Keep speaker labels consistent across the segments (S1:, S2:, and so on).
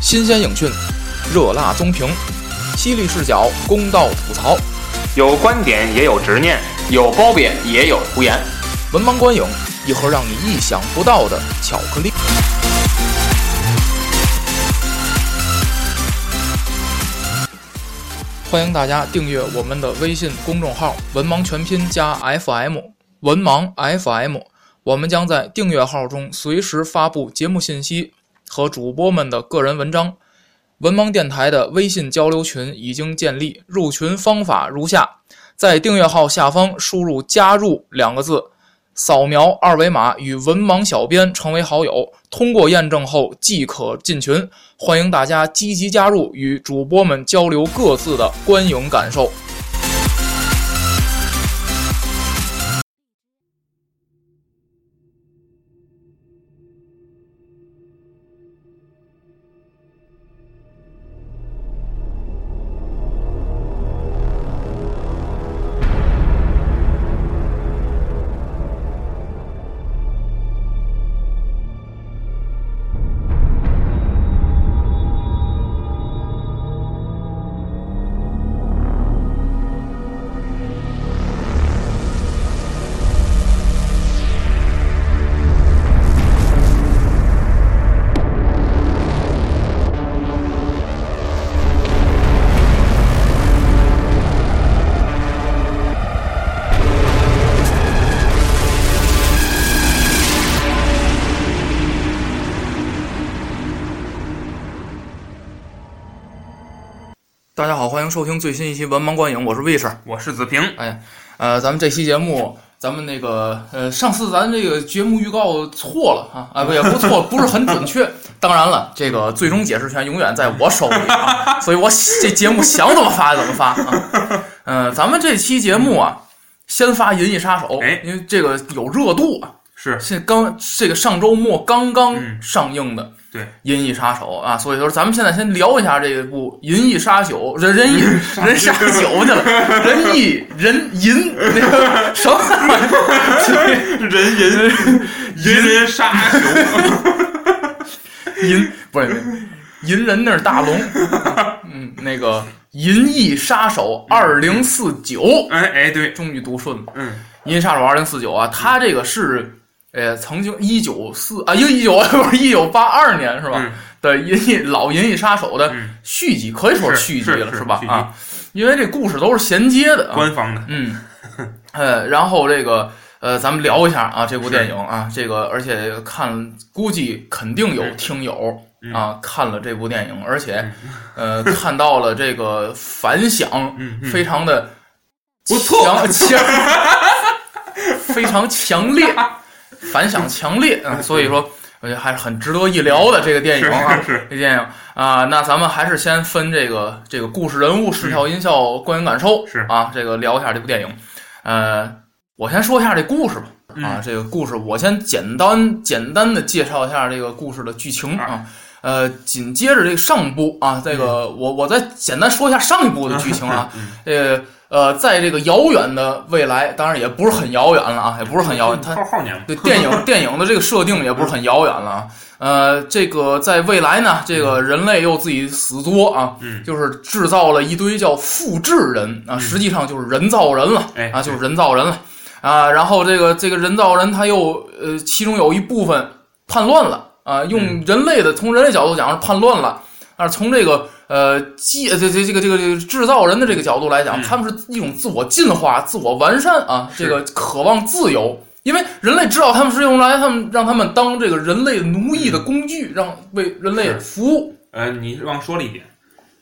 S1: 新鲜影讯，热辣综评，犀利视角，公道吐槽，
S2: 有观点也有执念，有褒贬也有胡言。
S1: 文盲观影，一盒让你意想不到的巧克力。欢迎大家订阅我们的微信公众号“文盲全拼加 FM”，文盲 FM。我们将在订阅号中随时发布节目信息和主播们的个人文章。文盲电台的微信交流群已经建立，入群方法如下：在订阅号下方输入“加入”两个字，扫描二维码与文盲小编成为好友，通过验证后即可进群。欢迎大家积极加入，与主播们交流各自的观影感受。大家好，欢迎收听最新一期《文盲观影》，我是 Wish。
S2: 我是子平，
S1: 哎，呃，咱们这期节目，咱们那个，呃，上次咱这个节目预告错了啊，啊，不也不错，不是很准确。当然了，这个最终解释权永远在我手里啊，所以我这节目想怎么发怎么发啊。嗯、咱们这期节目啊，先发《银翼杀手》，
S2: 哎
S1: 因为这个有热度啊，
S2: 是
S1: 现在刚这个上周末刚刚上映的。
S2: 对，
S1: 银翼杀手啊，所以说咱们现在先聊一下这部《银翼杀手》人人翼人杀九去 了，人翼人银那个什么玩意儿
S2: 人 人人人杀球，
S1: 银不是银人那是大龙，嗯，那个《银翼杀手二零四九》
S2: 哎哎对，
S1: 终于读顺了，
S2: 嗯，
S1: 《银翼杀手二零四九》啊，它这个是呃曾经一九四啊一个一九 不是一九八二年是吧？
S2: 嗯
S1: 的银翼老银翼杀手的
S2: 嗯
S1: 续集，可以说
S2: 是
S1: 续集
S2: 是
S1: 了
S2: 是
S1: 吧
S2: 续？集
S1: 啊，因为这故事都是衔接的啊。
S2: 官方的，
S1: 嗯， 呃，然后这个呃，咱们聊一下啊，这部电影啊，这个而且看估计肯定有听友
S2: 嗯
S1: 啊看了这部电影，而且呃看到了这个反响
S2: 嗯，嗯
S1: 非常的
S2: 不错
S1: 强强，非常强烈，反响强烈，嗯，所以说。我觉得还是很值得一聊的这个电影啊，
S2: 是是是
S1: 这电影啊、那咱们还是先分这个这个故事、人物、视效、音效、观影感受
S2: 嗯是
S1: 啊，这个聊一下这部电影。呃，我先说一下这故事吧。
S2: 嗯
S1: 啊，这个故事我先简单简单的介绍一下这个故事的剧情
S2: 啊
S1: 啊。呃，紧接着这个上部啊，这个
S2: 嗯
S1: 我我再简单说一下上一部的剧情啊。呃呃，在这个遥远的未来，当然也不是很遥远了啊，也不是很遥远，它
S2: 后后年嘛，
S1: 对电影电影的这个设定也不是很遥远了啊。呃，这个在未来呢，这个人类又自己死作啊，
S2: 嗯
S1: 就是制造了一堆叫复制人啊，实际上就是人造人了，
S2: 哎
S1: 啊，就是人造人了啊。然后这个这个人造人他又呃，其中有一部分叛乱了啊，用
S2: 嗯
S1: 人类的从人类角度讲是叛乱了，但是从这个呃技这这这个这个这个制造人的这个角度来
S2: 嗯
S1: 讲，他们是一种自我进化、自我完善啊，这个渴望自由。因为人类知道他们是用来他们让他们当这个人类奴役的工具，让为人类
S2: 是
S1: 服务。
S2: 呃，你忘说了一点，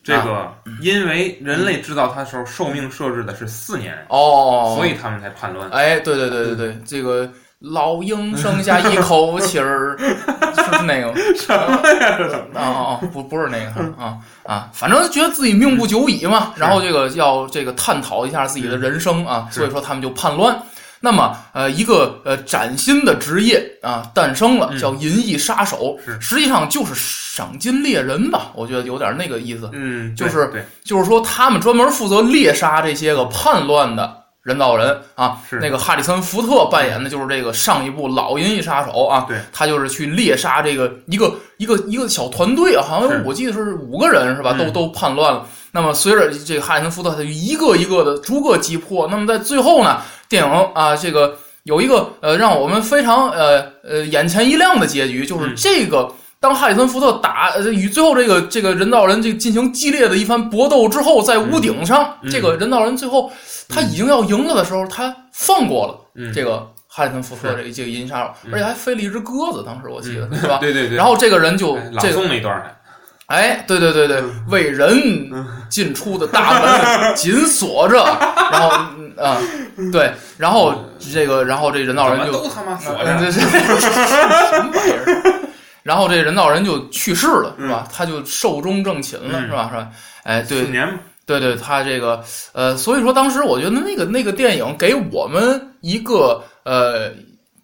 S2: 这个
S1: 啊
S2: 因为人类制造它的时候寿命设置的是四年，
S1: 哦，
S2: 所以他们才叛乱，
S1: 哎，对对对对对，这个老鹰剩下一口气 儿，是不是那个？什么呀？啊啊，不不是那个啊啊，反正觉得自己命不久矣嘛，然后这个要这个探讨一下自己的人生啊，所以说他们就叛乱。那么，呃，一个呃崭新的职业啊诞生了，叫银翼杀手，
S2: 是
S1: 实际上就是赏金猎人吧，我觉得有点那个意思。
S2: 嗯，
S1: 就
S2: 对
S1: 是
S2: 对，
S1: 就是说他们专门负责猎杀这些个叛乱的人造人啊，
S2: 是
S1: 那个哈里森·福特扮演的就是这个上一部《老银翼杀手》啊，
S2: 对，
S1: 他就是去猎杀这个一个一个一个小团队啊，好像
S2: 是
S1: 我记得是五个人是吧，都
S2: 嗯
S1: 都叛乱了。那么随着这个哈里森·福特，他就一个一个的逐个击破。那么在最后呢，电影啊这个有一个呃让我们非常呃呃眼前一亮的结局，就是
S2: 嗯
S1: 这个。当哈里森·福特打呃与最后这个这个人造人这个进行激烈的一番搏斗之后，在屋顶上，
S2: 嗯
S1: 这个人造人最后他已经要赢了的时候，他放过了
S2: 嗯，
S1: 这个哈里森·福特这这个银杀手，
S2: 嗯
S1: 而且还飞了一只鸽子，当时我记得
S2: 嗯
S1: 是吧？
S2: 对对对，
S1: 然后这个人就
S2: 哎朗
S1: 这个
S2: 诵嗯那段儿
S1: 哎，对对对对，为人进出的大门紧锁着，然后嗯啊，对，然后这个然后这人造
S2: 怎
S1: 人
S2: 么
S1: 就
S2: 都他妈锁
S1: 啊
S2: 着，
S1: 这是什么玩意儿？然后这人造人就去世了，是吧？他就寿终正寝了，
S2: 嗯
S1: 是吧？嗯是吧？哎，
S2: 四
S1: 对
S2: 年嘛，
S1: 对对，他这个呃，所以说当时我觉得那个那个电影给我们一个呃，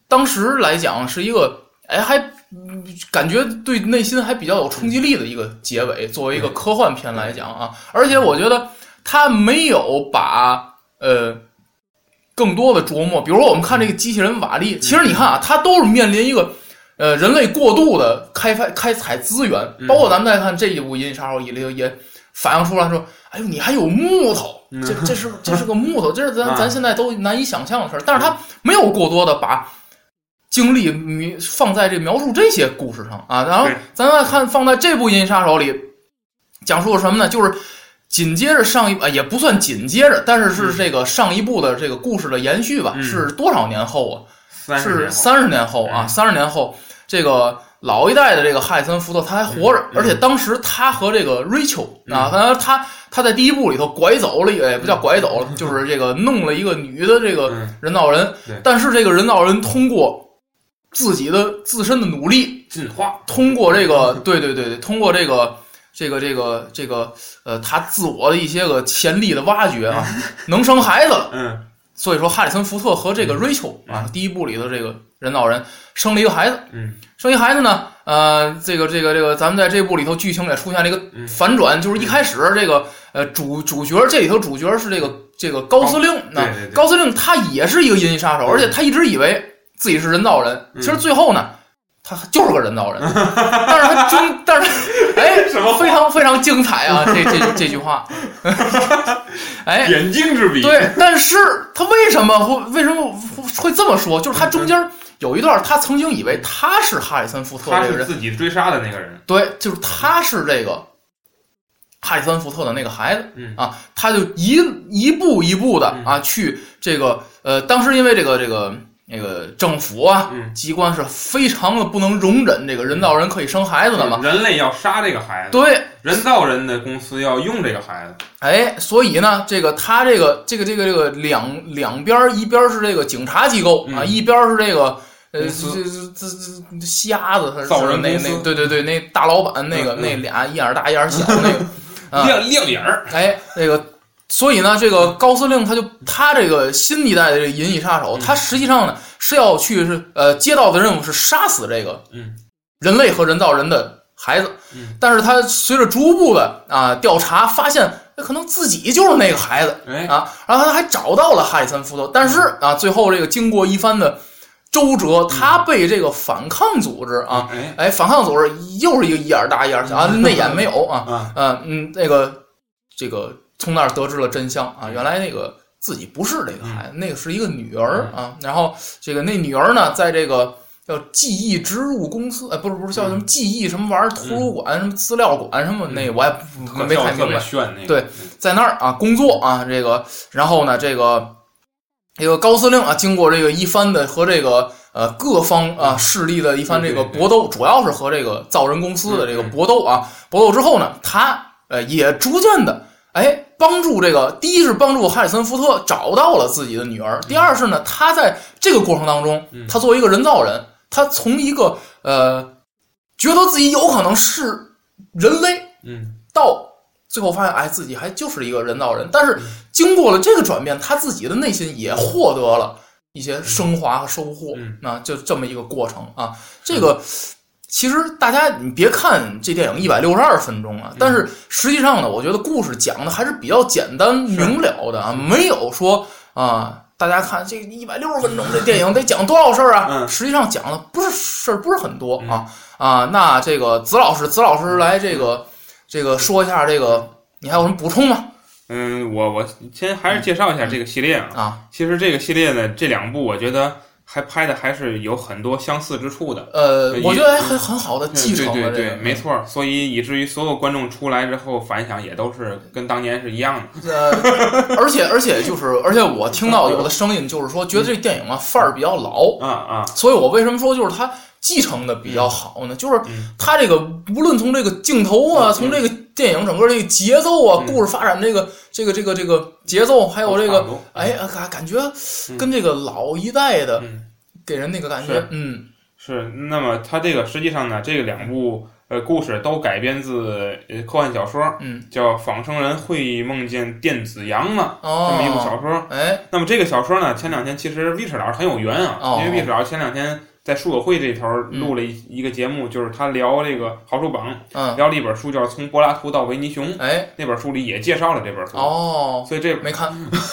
S1: 当时来讲是一个哎还嗯感觉对内心还比较有冲击力的一个结尾，作为一个科幻片来讲啊，而且我觉得他没有把呃。更多的琢磨，比如说我们看这个机器人瓦力，其实你看啊，它都是面临一个，呃，人类过度的开发开采资源，
S2: 嗯
S1: 包括咱们再看这一部《银翼杀手》也也反映出来说，哎呦，你还有木头，
S2: 嗯
S1: 这这是这是个木 头，这是咱
S2: 啊嗯
S1: 咱现在都难以想象的事儿。但是他没有过多的把精力你放在这描述这些故事上啊。然后
S2: 对
S1: 咱再看放在这部《银翼杀手》里，讲述了什么呢？就是紧接着上一啊，也不算紧接着，但是是这个上一部的这个故事的延续吧，
S2: 嗯
S1: 是多少年后啊？
S2: 三十
S1: 是
S2: 年后嗯
S1: 三十年后啊，三十年后，这个老一代的这个哈里森·福特他还活
S2: 嗯
S1: 着，而且当时他和这个 Rachel 啊，反正他他在第一部里头拐走了一个，也不叫拐走了，就是这个弄了一个女的这个
S2: 嗯
S1: 人造人
S2: 对，
S1: 但是这个人造人通过自己的自身的努力，
S2: 进化，
S1: 通过这 个，对对对对，通过这个这个这个这个呃，他自我的一些个潜力的挖掘 啊，能生孩子了。
S2: 嗯
S1: 所以说，哈里森·福特和这个 Rachel 啊，第一部里的这个人造人生了一个孩子，
S2: 嗯
S1: 生一孩子呢，呃，这个这个这个，咱们在这部里头剧情也出现了一个
S2: 嗯
S1: 反转，就是一开始这个呃主主角这里头主角是这个这个高司令，那
S2: 对对对
S1: 高司令他也是一个银翼杀手，而且他一直以为自己是人造人，
S2: 嗯
S1: 其实最后呢，他就是个人造 人，但是他中，但是哎，
S2: 什么话
S1: 非常非常精彩啊，这这这句话， 哎，
S2: 眼睛之笔，
S1: 对，但是他为什么会为什么会这么说？就是他中间有一段，他曾经以为他是哈里森·福特
S2: 他
S1: 这个
S2: 是
S1: 人，
S2: 自己追杀的那个人，
S1: 对，就是他是这个哈里森·福特的那个孩子
S2: 嗯
S1: 啊，他就一一步一步的啊去这个呃，当时因为这个这个。那个政府啊，
S2: 嗯
S1: 机关是非常的不能容忍这个人造人可以生孩子的嘛。
S2: 人类要杀这个孩子，
S1: 对，
S2: 人造人的公司要用这个孩子，
S1: 哎，所以呢，这个他这个这个这个这个两两边儿，一边儿是这个警察机构、
S2: 嗯
S1: 啊，一边儿是这个呃
S2: 公
S1: 这
S2: 司
S1: 这这这这瞎子，他是
S2: 造人
S1: 那
S2: 公司
S1: 那对对对，那大老板那个、
S2: 嗯嗯
S1: 那俩一眼大一眼小那 个，啊
S2: 亮亮眼儿，
S1: 哎，那个，所以呢，这个高司令他就他这个新一代的这个银翼杀手，
S2: 嗯
S1: 他实际上呢是要去是呃接到的任务是杀死这个
S2: 嗯
S1: 人类和人造人的孩子，
S2: 嗯
S1: 但是他随着逐步的啊调查发现，哎可能自己就是那个孩子，
S2: 哎
S1: 啊，然后他还找到了哈里森·福特，但是
S2: 嗯
S1: 啊，最后这个经过一番的周折，
S2: 嗯
S1: 他被这个反抗组织啊，
S2: 哎
S1: 哎，反抗组织又是一个一眼大一眼小啊，内眼没有啊，
S2: 啊
S1: 呃嗯，那个这个从那儿得知了真相
S2: 嗯
S1: 啊，原来那个自己不是这个孩子，那个是一个女儿
S2: 嗯
S1: 啊。然后这个那女儿呢，在这个叫记忆植入公司，呃，不是不是叫什
S2: 嗯
S1: 么记忆什么玩意儿图书馆、什么资料馆什么，那我也不没
S2: 特
S1: 太
S2: 嗯效特
S1: 明
S2: 别
S1: 白。
S2: 炫那个，嗯
S1: 对在那儿啊工作啊，这个，然后呢，这个这个高司令啊，经过这个一番的和这个呃各方啊势力的一番这个
S2: 对对对
S1: 搏斗，主要是和这个造人公司的这个搏斗啊，搏斗之后呢，他呃也逐渐的哎帮助这个，第一是帮助哈里森福特找到了自己的女儿，第二是呢，他在这个过程当中，他作为一个人造人，他从一个呃觉得自己有可能是人类，
S2: 嗯
S1: 到最后发现，哎，自己还就是一个人造人。但是经过了这个转变，他自己的内心也获得了一些升华和收获。
S2: 嗯
S1: 那就这么一个过程啊。这个其实大家你别看这电影一百六十二分钟啊，但
S2: 嗯
S1: 是实际上呢，我觉得故事讲的还是比较简单明了的啊，没有说。啊。大家看这一百六十分钟这电影得讲多少事儿啊？
S2: 嗯
S1: 实际上讲的不是事儿，不是很多啊、啊。那这个子老师，子老师来这个这个说一下这个，你还有什么补充吗？
S2: 嗯，我我先还是介绍一下这个系列啊。
S1: 啊，
S2: 其实这个系列呢，这两部我觉得还拍的还是有很多相似之处的。
S1: 呃，
S2: 也
S1: 我觉得很很好的继承
S2: 对
S1: 了这
S2: 对对，
S1: 个，嗯
S2: 没错儿。所以以至于所有观众出来之后反响也都是跟当年是一样的。
S1: 呃，而且而且 就是，而且我听到有的声音就是说，觉得这电影啊范儿比较老，
S2: 啊啊，
S1: 所以我为什么说就是它继承的比较好呢？就是
S2: 嗯
S1: 它这个无论从这个镜头啊，
S2: 嗯
S1: 从这个电影整个这个节奏啊，
S2: 嗯
S1: 故事发展这个这个这个这个节奏，还有这
S2: 差不
S1: 个，
S2: 多，
S1: 哎，啊感感觉跟这个老一代的
S2: 嗯，
S1: 给人那个感觉
S2: 是，
S1: 嗯
S2: 是。那么它这个实际上呢，这个两部呃故事都改编自呃科幻小说，
S1: 嗯，
S2: 叫《仿生人会梦见电子羊》嘛，这么一部
S1: 哦，
S2: 小说。
S1: 哎，
S2: 那么这个小说呢，前两天其实 V 史老师很有缘啊，
S1: 哦
S2: 因为 V 史老师前两天在书友会这头录了一一个节目，就是他聊这个好书榜，
S1: 嗯，
S2: 聊了一本书，叫《从柏拉图到维尼熊》，
S1: 哎，
S2: 那本书里也介绍了这本书。
S1: 哦，
S2: 所以这
S1: 没看，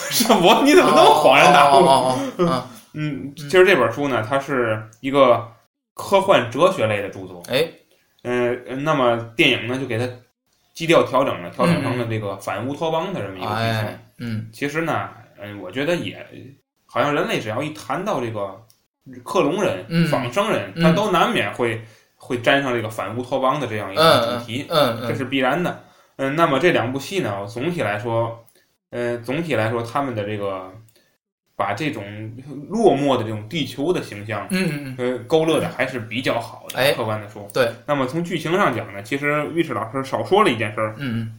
S2: 是我你怎么那么恍然大悟？
S1: 哦哦哦哦哦
S2: 嗯，其实这本书呢，它是一个科幻哲学类的著作。
S1: 哎，
S2: 嗯、那么电影呢，就给它基调调整了，调整成了这个反乌托邦的这么一个题材。
S1: 哎，嗯
S2: 其实呢，嗯，我觉得也好像人类只要一谈到这个克隆人、
S1: 嗯
S2: 仿生人，
S1: 嗯
S2: 他都难免会会沾上这个反乌托邦的这样一
S1: 嗯
S2: 个主
S1: 嗯
S2: 题。
S1: 嗯
S2: 这
S1: 嗯，
S2: 是必然的。嗯，那么这两部戏呢，总体来说，呃，总体来说，他们的这个把这种落寞的这种地球的形象，
S1: 嗯嗯嗯，
S2: 呃，勾勒的还是比较好的，
S1: 哎
S2: 客观的说。
S1: 对。
S2: 那么从剧情上讲呢，其实尉迟老师少说了一件事儿，
S1: 嗯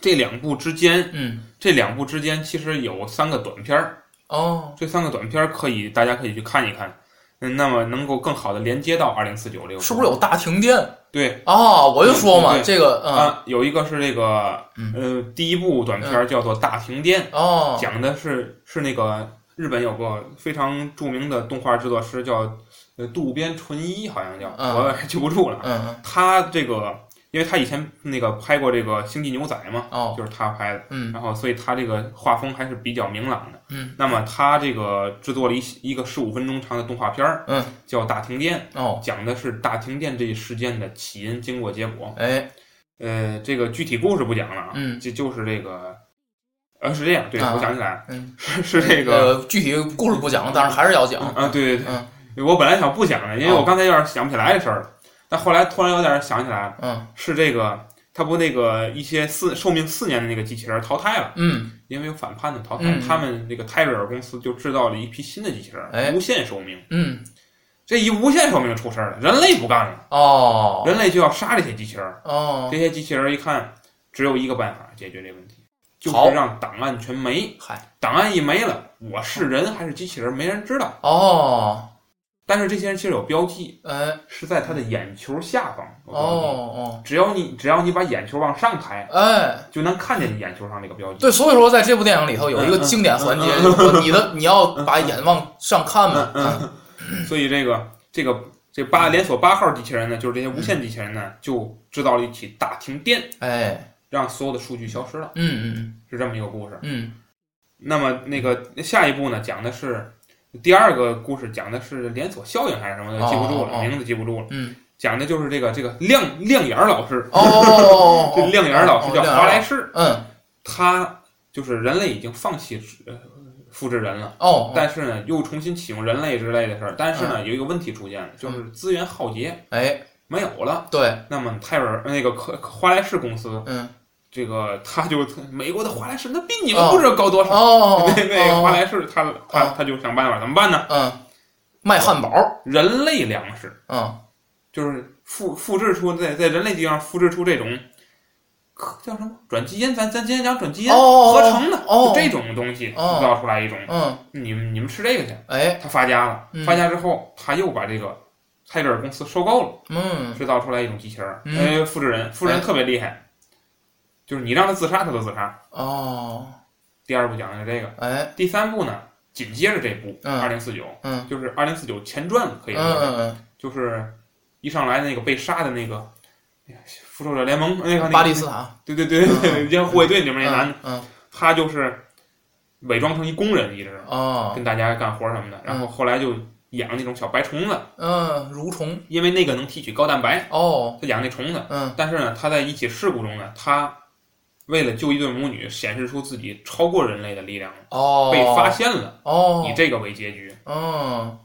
S2: 这两部之间，
S1: 嗯，
S2: 这两部之间其实有三个短片儿，
S1: 哦，
S2: 这三个短片儿可以大家可以去看一看。嗯，那么能够更好的连接到二零四九六，
S1: 是不是有大停电？
S2: 对
S1: 哦，我就说嘛，
S2: 对对
S1: 这个，嗯，
S2: 啊，有一个是这个，
S1: 嗯
S2: 呃，第一部短片儿叫做《大停电》，
S1: 哦，
S2: 讲的是是那个日本有个非常著名的动画制作师叫呃渡边淳一，好像叫，
S1: 嗯
S2: 我记不住了。
S1: 嗯
S2: 他这个，因为他以前那个拍过这个《星际牛仔》嘛
S1: 嗯，，哦，
S2: 就是他拍的，
S1: 嗯
S2: 然后所以他这个画风还是比较明朗的。
S1: 嗯，
S2: 那么他这个制作了一一个十五分钟长的动画片儿，
S1: 嗯，
S2: 叫《大停电》，
S1: 哦，
S2: 讲的是大停电这一事件的起因、经过、结果。
S1: 哎，
S2: 呃，这个具体故事不讲了啊，
S1: 嗯
S2: 这就是这个，呃，是这样，对，
S1: 啊
S2: 我想起来，
S1: 嗯，
S2: 是是这个，
S1: 呃，具体故事不讲了，但是还是要讲，
S2: 啊，对对
S1: 嗯
S2: 对，我本来想不讲的，因为
S1: 哦
S2: 我刚才有点想不起来这事儿了，但后来突然有点想起来了，
S1: 嗯
S2: 是这个，他不那个一些四寿命四年的那个机器人淘汰了，
S1: 嗯，
S2: 因为有反叛的淘汰，
S1: 嗯
S2: 他们那个泰瑞尔公司就制造了一批新的机器人，
S1: 哎
S2: 无限寿命，
S1: 嗯，
S2: 这一无限寿命出事儿了，人类不干了，
S1: 哦，
S2: 人类就要杀这些机器人，
S1: 哦
S2: 这，些机器人一看，只有一个办法解决这问题，就
S1: 好
S2: 是让档案全没。
S1: 嗨，
S2: 档案一没了，我是人还是机器人，没人知道。
S1: 哦，
S2: 但是这些人其实有标记，
S1: 哎，
S2: 是在他的眼球下方。有
S1: 哦
S2: 标记，
S1: 哦，
S2: 只要你只要你把眼球往上抬，
S1: 哎。
S2: 就能看见你眼球上那个标记。
S1: 对，所以说在这部电影里头有
S2: 嗯
S1: 一个经典环节，就是说你的你要把眼往上看嘛，嗯
S2: 所以这个这个这八连锁八号机器人呢，就是这些无
S1: 嗯
S2: 线机器人呢，就制造了一起大停电，
S1: 哎，
S2: 让所有的数据消失了，
S1: 嗯
S2: 是这么一个故事
S1: 嗯。嗯
S2: 那么那个下一步呢，讲的是第二个故事，讲的是连锁效应还是什么的，
S1: 哦
S2: 记不住
S1: 哦
S2: 了，名字记不住了。
S1: 嗯，
S2: 讲的就是这个这个亮亮眼儿老师，
S1: 哦哦
S2: 这
S1: 哦，
S2: 亮眼儿老师叫华莱士，
S1: 嗯
S2: 他就是人类已经放弃呃复制人了，
S1: 哦，嗯
S2: 但是呢又重新启用人类之类的事儿，但是呢有一个问题出现了，就是资源耗竭
S1: 哎，
S2: 没有了。
S1: 对，
S2: 那么泰尔那个科华莱士公司，
S1: 嗯，
S2: 这个他就美国的华莱士，那比你们不知道高多少。
S1: 哦，
S2: 那那个华莱士他他
S1: 哦
S2: 他就想办法，怎么办呢？
S1: 嗯，卖汉堡，
S2: 人类粮食
S1: 嗯，
S2: 就是复复制出在在人类地方复制出这种可叫什么转基因，咱咱今天讲转基因
S1: 哦哦哦
S2: 合成的
S1: 哦
S2: 就这种东西制
S1: 哦
S2: 造出来一种，
S1: 嗯，
S2: 你们你们吃这个去。
S1: 哎，
S2: 他发家了
S1: 嗯，
S2: 发家之后他又把这个泰戈尔公司收购了，
S1: 嗯，
S2: 制造出来一种机器人，
S1: 嗯
S2: 呃，复制人，复制人特别厉害，就是你让他自杀他都自杀。
S1: 哦，
S2: 第二部讲的是这个，
S1: 哎，
S2: 第三部呢紧接着这部
S1: 嗯
S2: 二零四九
S1: 嗯，
S2: 就是二零四九前传可以
S1: 嗯
S2: 说是。
S1: 嗯
S2: 就是一上来那个被杀的那个哎呀复仇者联盟那个那个
S1: 嗯，巴蒂斯塔，
S2: 对对对对，对，监护卫队里面那男的，
S1: 嗯，
S2: 他就是伪装成一工人一直
S1: 啊，
S2: 跟大家干活什么的，然后后来就养那种小白虫子，
S1: 嗯，蠕虫
S2: 因为那个能提取高蛋白，
S1: 哦，
S2: 他养那虫子。
S1: 嗯
S2: 但是呢，他在一起事故中呢，他为了救一对母女，显示出自己超过人类的力量，
S1: 哦，
S2: 被发现了，
S1: 哦
S2: 以，这个为结局。
S1: 嗯，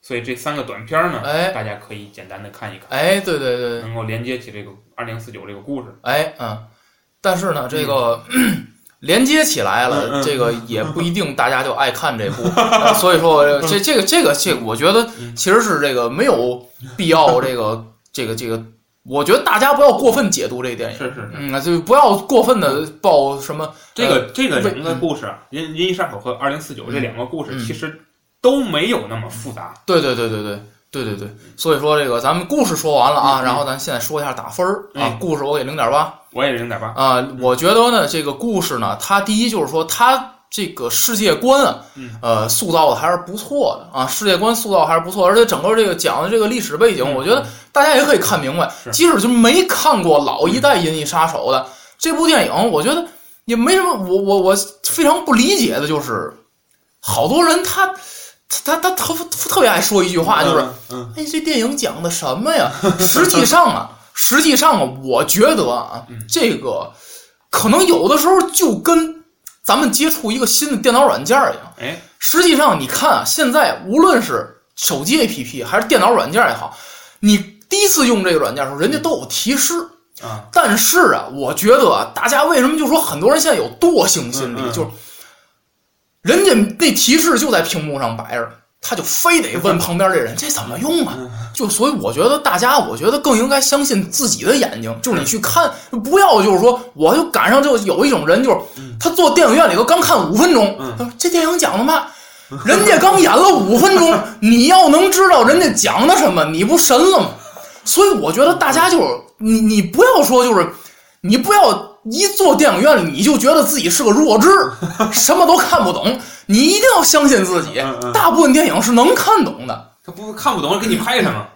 S2: 所以这三个短片呢，
S1: 哎
S2: 大家可以简单的看一看，
S1: 哎，对对对，
S2: 能够连接起这个二零四九这个故事。
S1: 哎，嗯，但是呢，这个、 连接起来了，
S2: 嗯嗯嗯
S1: 这个也不一定大家就爱看这 部，呃所以说
S2: 嗯
S1: 这这个这个这个，我觉得其实是这个没有必要， 这个这个这个，我觉得大家不要过分解读这个电影，
S2: 是是呃是，
S1: 嗯，就不要过分的报什么
S2: 这个这个两个
S1: 嗯
S2: 故事啊，《人人鱼杀手》和《二零四九》这两个故
S1: 嗯
S2: 事其实都没有那么复杂。
S1: 对对对对对对对对，所以说这个咱们故事说完了啊，
S2: 嗯嗯
S1: 然后咱现在说一下打分儿啊
S2: 嗯，
S1: 故事我给零点八
S2: 我也零点八，
S1: 啊，我觉得呢这个故事呢，它第一就是说它这个世界观啊
S2: 嗯，
S1: 呃塑造的还是不错的啊，世界观塑造还是不错，而且整个这个讲的这个历史背景，
S2: 嗯
S1: 我觉得大家也可以看明白，
S2: 是
S1: 即使就没看过老一代《银翼杀手》的这部电影，我觉得也没什么，我我我非常不理解的就是，好多人他。他他他特特别爱说一句话，就是
S2: 嗯，
S1: 哎，这电影讲的什么呀？实际上啊，实际上啊，我觉得啊
S2: 嗯，
S1: 这个可能有的时候就跟咱们接触一个新的电脑软件一样。
S2: 哎，
S1: 实际上，你看啊，现在无论是手机 APP 还是电脑软件也好，你第一次用这个软件的时候，人家都有提示。
S2: 啊，
S1: 但是啊，我觉得啊，大家为什么就说很多人现在有惰性心理，
S2: 嗯嗯
S1: 就是人家那提示就在屏幕上摆着，他就非得问旁边这人这怎么用
S2: 嗯
S1: 啊？就所以我觉得大家，我觉得更应该相信自己的眼睛，就是你去看，
S2: 嗯
S1: 不要就是说，我就赶上就有一种人，就是他坐电影院里头刚看五分钟，
S2: 嗯
S1: 他说这电影讲的嘛。 人家刚演了五分钟，你要能知道人家讲的什么，你不神了吗？所以我觉得大家就是你，你不要说就是，你不要一坐电影院里你就觉得自己是个弱 智，什么都看不懂。你一定要相信自己
S2: 嗯，嗯
S1: 大部分电影是能看懂的。
S2: 他不看不懂，给你拍什么？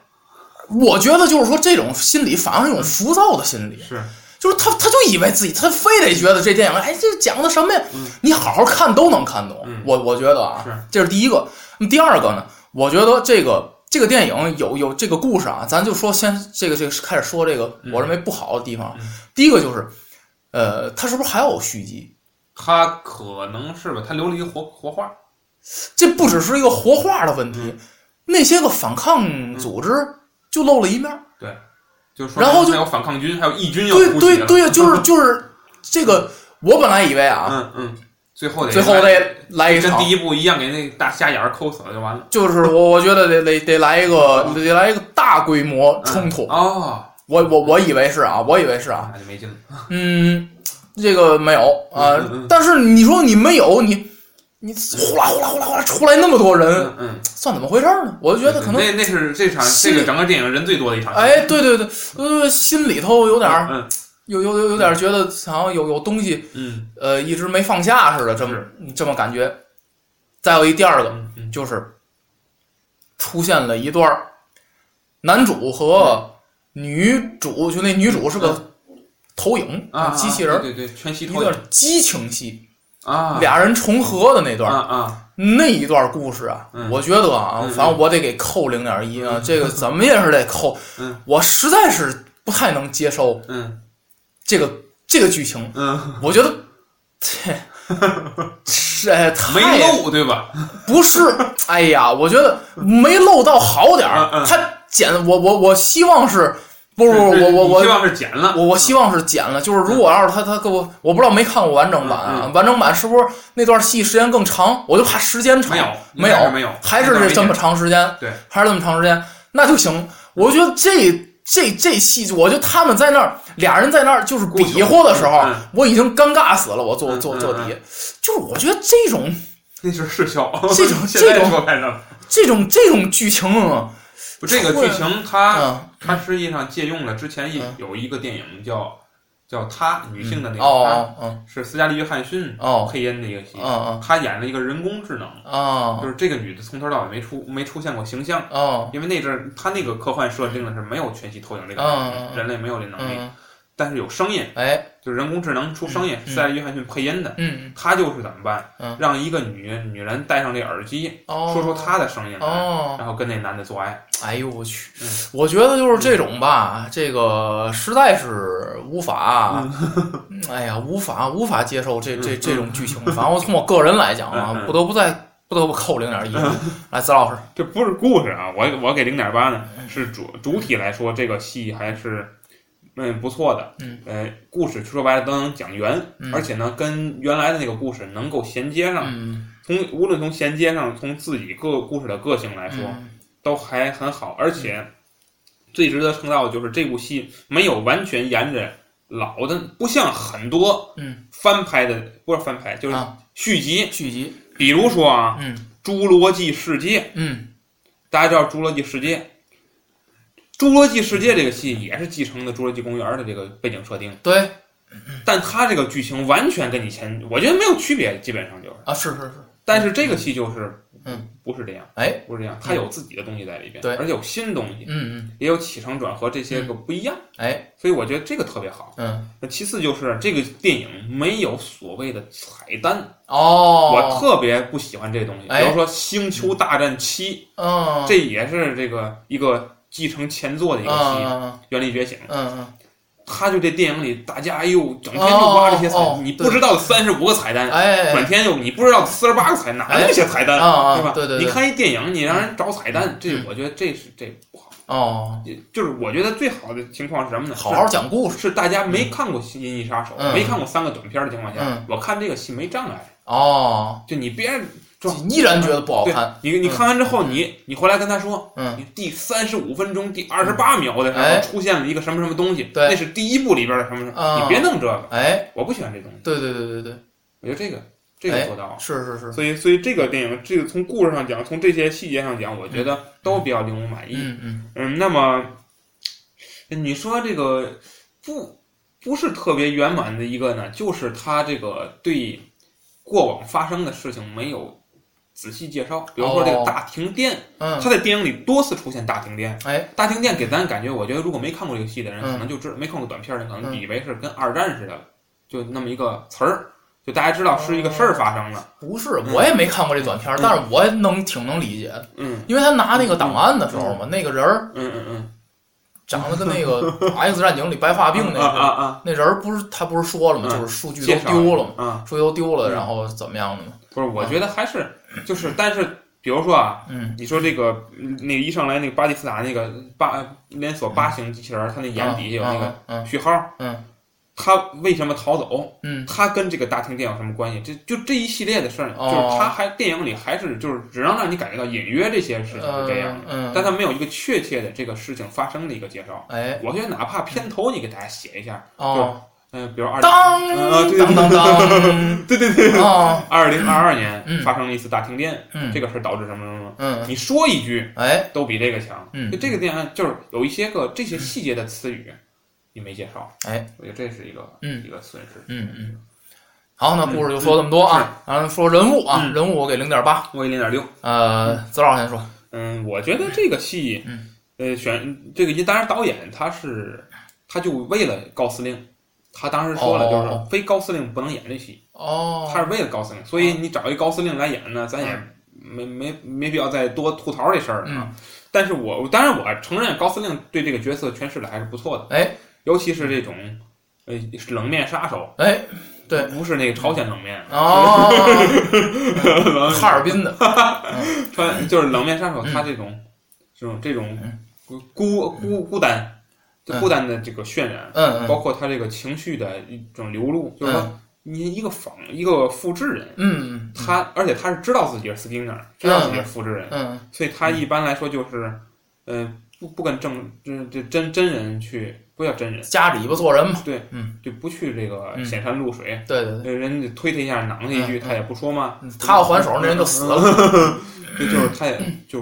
S1: 我觉得就是说，这种心理反而是一种浮躁的心理，
S2: 是，
S1: 就是他他就以为自己，他非得觉得这电影，哎，这讲的什么呀？你好好看都能看懂
S2: 嗯。
S1: 我我觉得啊
S2: 是，
S1: 这是第一个。那么第二个呢？我觉得这个这个电影有有这个故事啊，咱就说先这个这个开始说这
S2: 嗯
S1: 个我认为不好的地方。啊第一个就是，呃，他是不是还有续集？
S2: 他可能是吧，他留了一个活活话。
S1: 这不只是一个活化的问
S2: 嗯
S1: 题，那些个反抗组织就露了一面儿。
S2: 对，就是说
S1: 然后就
S2: 还有反抗军，还有义军要
S1: 对
S2: 突袭
S1: 对
S2: 了。
S1: 对， 就是就是这个，我本来以为啊，
S2: 嗯嗯，最后得
S1: 最后得来一
S2: 跟
S1: 场
S2: 第，一部一样，给那大瞎眼儿抠死了就完了。
S1: 就是我我觉得得得得来一个得来一个大规模冲突。
S2: 哦，
S1: 我我我以为是啊，我以为是啊，
S2: 那就没劲了。
S1: 嗯，这个没有啊
S2: 嗯嗯嗯，
S1: 但是你说你没有你。你呼啦呼啦呼啦呼啦出来那么多人，
S2: 嗯嗯，
S1: 算怎么回事儿呢？我就觉得可能，
S2: 那那是这场
S1: 心
S2: 这
S1: 里
S2: 个整个电影人最多的一场戏。
S1: 哎，对对对，呃，心里头有点儿
S2: 嗯
S1: 有有有有点觉得好像有有东西，
S2: 嗯
S1: 呃，一直没放下似的，这么这么感觉。再有一第二个
S2: 嗯嗯
S1: 就是出现了一段儿男主和女主，就那女主是个投影
S2: 嗯啊，
S1: 机器人
S2: 啊
S1: 儿，
S2: 对对，对全息
S1: 一
S2: 投
S1: 段
S2: 影
S1: 激情戏，
S2: 啊，
S1: 俩人重合的那段
S2: 啊
S1: 儿，
S2: 啊，
S1: 那一段故事啊，
S2: 嗯
S1: 我觉得啊，
S2: 嗯嗯
S1: 反正我得给扣零点一啊， 这个怎么也是得扣
S2: 嗯，
S1: 我实在是不太能接受
S2: 嗯
S1: 这个这个剧情。
S2: 嗯，
S1: 我觉得这 是哎
S2: 没
S1: 太
S2: 漏对吧？
S1: 不是，哎呀，我觉得没漏到好点
S2: 嗯
S1: 儿。
S2: 嗯
S1: 他剪我我我希望是不不不
S2: 是是
S1: 我我
S2: 你希
S1: 我
S2: 望是嗯剪了。
S1: 我我希望是剪了，就是如果要是他他给我我不知道没看过完整版
S2: 嗯
S1: 啊，完整版是不是那段戏时间更长？我就怕时间长，
S2: 没有
S1: 没
S2: 应该
S1: 有
S2: 是没有
S1: 还
S2: 那段
S1: 是
S2: 没
S1: 这么
S2: 剪
S1: 长时间，
S2: 对，
S1: 还是这么长时间，那就行。我觉得这这这戏，我觉得他们在那儿俩人在那儿就是比划的时候，
S2: 嗯嗯
S1: 我已经尴尬死了。我坐
S2: 嗯
S1: 坐
S2: 嗯
S1: 坐底，就是我觉得这种
S2: 那是视效，
S1: 这种
S2: 现在
S1: 这种
S2: 说拍 上
S1: 这种这种剧情啊，
S2: 不这个
S1: 会
S2: 剧情它
S1: 嗯
S2: 它实际上借用了之前一
S1: 嗯
S2: 有一个电影叫叫《她》，女性的那个《
S1: 哦哦
S2: 她》，是斯嘉丽·约翰逊
S1: 哦
S2: 配音的一个戏
S1: 哦，哦
S2: 她演了一个人工智能，就
S1: 哦
S2: 是这个女的从头到尾没出没出现过形象，
S1: 哦
S2: 因为那阵儿她那个科幻设定的是没有全息投影
S1: 嗯
S2: 这
S1: 嗯
S2: 个，
S1: 嗯
S2: 人类没有这能力，
S1: 嗯
S2: 但是有声音，
S1: 哎，
S2: 就是人工智能出声音，
S1: 嗯
S2: 是在约翰逊配音的。
S1: 嗯，
S2: 他就是怎么办？
S1: 嗯
S2: 让一个女女人戴上这耳机，
S1: 哦，
S2: 说出她的声音来，
S1: 哦，
S2: 然后跟那男的做爱。
S1: 哎呦我去
S2: 嗯！
S1: 我觉得就是这种吧，这个实在是无法，哎呀，无法无法接受这这
S2: 嗯
S1: 这种剧情。反正我从我个人来讲啊
S2: 嗯，嗯
S1: 不得不再不得不扣零点一。来，子老师，
S2: 这不是故事啊，我我给零点八呢，
S1: 嗯
S2: 是主主体来说，这个戏还是嗯不错的。
S1: 嗯，
S2: 呃，故事说白了都能讲圆，
S1: 嗯
S2: 而且呢，跟原来的那个故事能够衔接上。
S1: 嗯，
S2: 从无论从衔接上，从自己个故事的个性来说，
S1: 嗯
S2: 都还很好，而且最值得称道的就是这部戏没有完全沿着老的，不像很多
S1: 嗯
S2: 翻拍的，不是翻拍，就是
S1: 啊，
S2: 续集。
S1: 续集，
S2: 比如说啊，
S1: 嗯
S2: 《侏罗纪世界》，
S1: 嗯
S2: 大家知道《侏罗纪世界》，《侏罗纪世界》这个戏也是继承的《侏罗纪公园》的这个背景设定，
S1: 对嗯
S2: 但它这个剧情完全跟以前我觉得没有区别，基本上就是。
S1: 啊，是是是，
S2: 但是这个戏就是，
S1: 嗯，
S2: 不是这样，
S1: 哎，
S2: 不是这样，它有自己的东西在里边，
S1: 对
S2: 而且有新东西，
S1: 嗯嗯，
S2: 也有起承转合这些个不一样，
S1: 哎，
S2: 所以我觉得这个特别好。
S1: 嗯，
S2: 那其次就是这个电影没有所谓的彩蛋，我
S1: 哦，
S2: 特别不喜欢这东西。
S1: 哎
S2: 比如说《星球大战七》，
S1: 嗯，
S2: 这也是这个一个继承前作的一个戏，
S1: 嗯
S2: 原力觉醒》。
S1: 嗯嗯
S2: 他就这电影里，大家哎呦，整天就挖这些彩，
S1: 哦哦哦
S2: 你不知道的三十五个彩
S1: 嗯，
S2: 蛋，
S1: 哎，
S2: 转天又你不知道三十八个彩，哪那么些彩蛋，
S1: 啊啊
S2: 对吧？
S1: 对对对
S2: 你看一电影，你让人找彩蛋，这
S1: 嗯
S2: 我觉得这是这不好。
S1: 哦，
S2: 也就是我觉得最好的情况是什么呢？
S1: 好好讲故事
S2: 是大家没看过《新银翼杀手》
S1: 嗯
S2: 没看过三个短片的情况下，
S1: 嗯
S2: 我看这个戏没障碍。
S1: 哦，
S2: 就你别装，
S1: 依然觉得不好
S2: 对
S1: 看，
S2: 你你
S1: 嗯
S2: 看完之后，你你回来跟他说，
S1: 嗯，
S2: 你第三十五分钟、第二十八秒的时
S1: 哎
S2: 候出现了一个什么什么东西，
S1: 对
S2: 那是第一部里边的什么什么，
S1: 啊
S2: 你别弄这个，
S1: 哎，
S2: 我不喜欢这东西。
S1: 对对对对对，
S2: 我觉得这个这个
S1: 哎
S2: 做到了。
S1: 是是是，
S2: 所以，所以这个电影，这个从故事上讲，从这些细节上讲，我觉得都比较令我满意。
S1: 嗯嗯，
S2: 嗯，那么你说这个不不是特别圆满的一个呢，就是他这个对过往发生的事情没有仔细介绍，比如说这个
S1: 哦
S2: 大停电，
S1: 嗯
S2: 他在电影里多次出现大停电。
S1: 哎，
S2: 大停电给咱感觉，我觉得如果没看过这个戏的人，
S1: 嗯
S2: 可能就知没看过短片的，可能
S1: 嗯
S2: 以为是跟二战似的，就那么一个词儿，就大家知道是一个事儿
S1: 哦
S2: 发生了。
S1: 不是，我也没看过这短片儿，
S2: 嗯
S1: 但是我能挺能理解的，
S2: 嗯
S1: 因为他拿那个档案的时候嘛，那个人儿
S2: 嗯嗯嗯，
S1: 长得跟那 个 X 战警里白发
S2: 病
S1: 兵那
S2: 啊啊
S1: 个，
S2: 啊，
S1: 那人儿不是他不是说了吗？
S2: 嗯
S1: 就是数据
S2: 介
S1: 都
S2: 绍
S1: 丢了嘛，
S2: 啊，
S1: 数据都丢了，
S2: 嗯
S1: 然后怎么样的嘛？
S2: 不是，我觉得还是就是，但是比如说啊，
S1: 嗯，
S2: 你说这个嗯那个一上来那个巴蒂斯塔那个八连锁八型机器
S1: 啊
S2: 人儿，他那眼底下有那个
S1: 嗯嗯
S2: 序号，
S1: 嗯，
S2: 他为什么逃走？
S1: 嗯
S2: 他跟这个大停电有什么关系？这就这一系列的事儿，
S1: 哦
S2: 就是他还电影里还是就是只能让你感觉到隐约这些事情是这样
S1: 嗯
S2: 的，
S1: 嗯，
S2: 但他没有一个确切的这个事情发生的一个介绍。
S1: 哎
S2: 我觉得哪怕片头你给大家写一下，
S1: 哦，
S2: 嗯、比如二
S1: 当
S2: 啊对
S1: 当当当，
S2: 对对对，
S1: 哦，
S2: 二零二二年
S1: 嗯
S2: 发生了一次大停电，
S1: 嗯
S2: 这个事儿导致什么什么什么，
S1: 嗯，
S2: 你说一句。
S1: 哎，
S2: 都比这个强。
S1: 嗯
S2: 就这个电影就是有一些个这些细节的词语，你没介绍。
S1: 哎，
S2: 我觉得这是一个
S1: 嗯
S2: 一个损失。
S1: 嗯嗯。好，那故事就说这么多啊，然后说人物啊，
S2: 嗯
S1: 人物我给零点八，
S2: 我给零点六。
S1: 呃，子老师先说，
S2: 嗯，我觉得这个戏，
S1: 嗯
S2: 呃，选这个当然导演他是他就为了高司令。他当时说了，就
S1: 哦
S2: 是非高司令不能演这戏，
S1: 哦，
S2: 他是为了高司令，所以你找一高司令来演呢，咱
S1: 嗯
S2: 也没没没必要再多吐槽这事儿了啊。但是我当然我承认高司令对这个角色诠释的还是不错的，
S1: 哎
S2: 尤其是这种呃冷面杀手，
S1: 哎，对，
S2: 不是那个朝鲜冷面，
S1: 哦，哈尔滨的，
S2: 穿就是冷面杀手，
S1: 嗯
S2: 他这种这种这种孤孤孤单
S1: 嗯
S2: 孤单的这个渲染，
S1: 嗯
S2: 包
S1: 嗯
S2: 括他这个情绪的一种流露，就是说你一个仿一个复制人，
S1: 嗯
S2: 他而且他是知道自己是 Skinner，知道自己是复制人，
S1: 嗯
S2: 所以他一般来说就是嗯不不跟正这这真真人去，不叫真人，
S1: 夹着尾巴做人嘛，
S2: 就不去这个
S1: 嗯
S2: 显山露水。
S1: 对对对，
S2: 呃人家推他一下，攮他一句，
S1: 嗯嗯
S2: 他也不说嘛。
S1: 他要还手，那人就死了，
S2: 嗯这就是他也就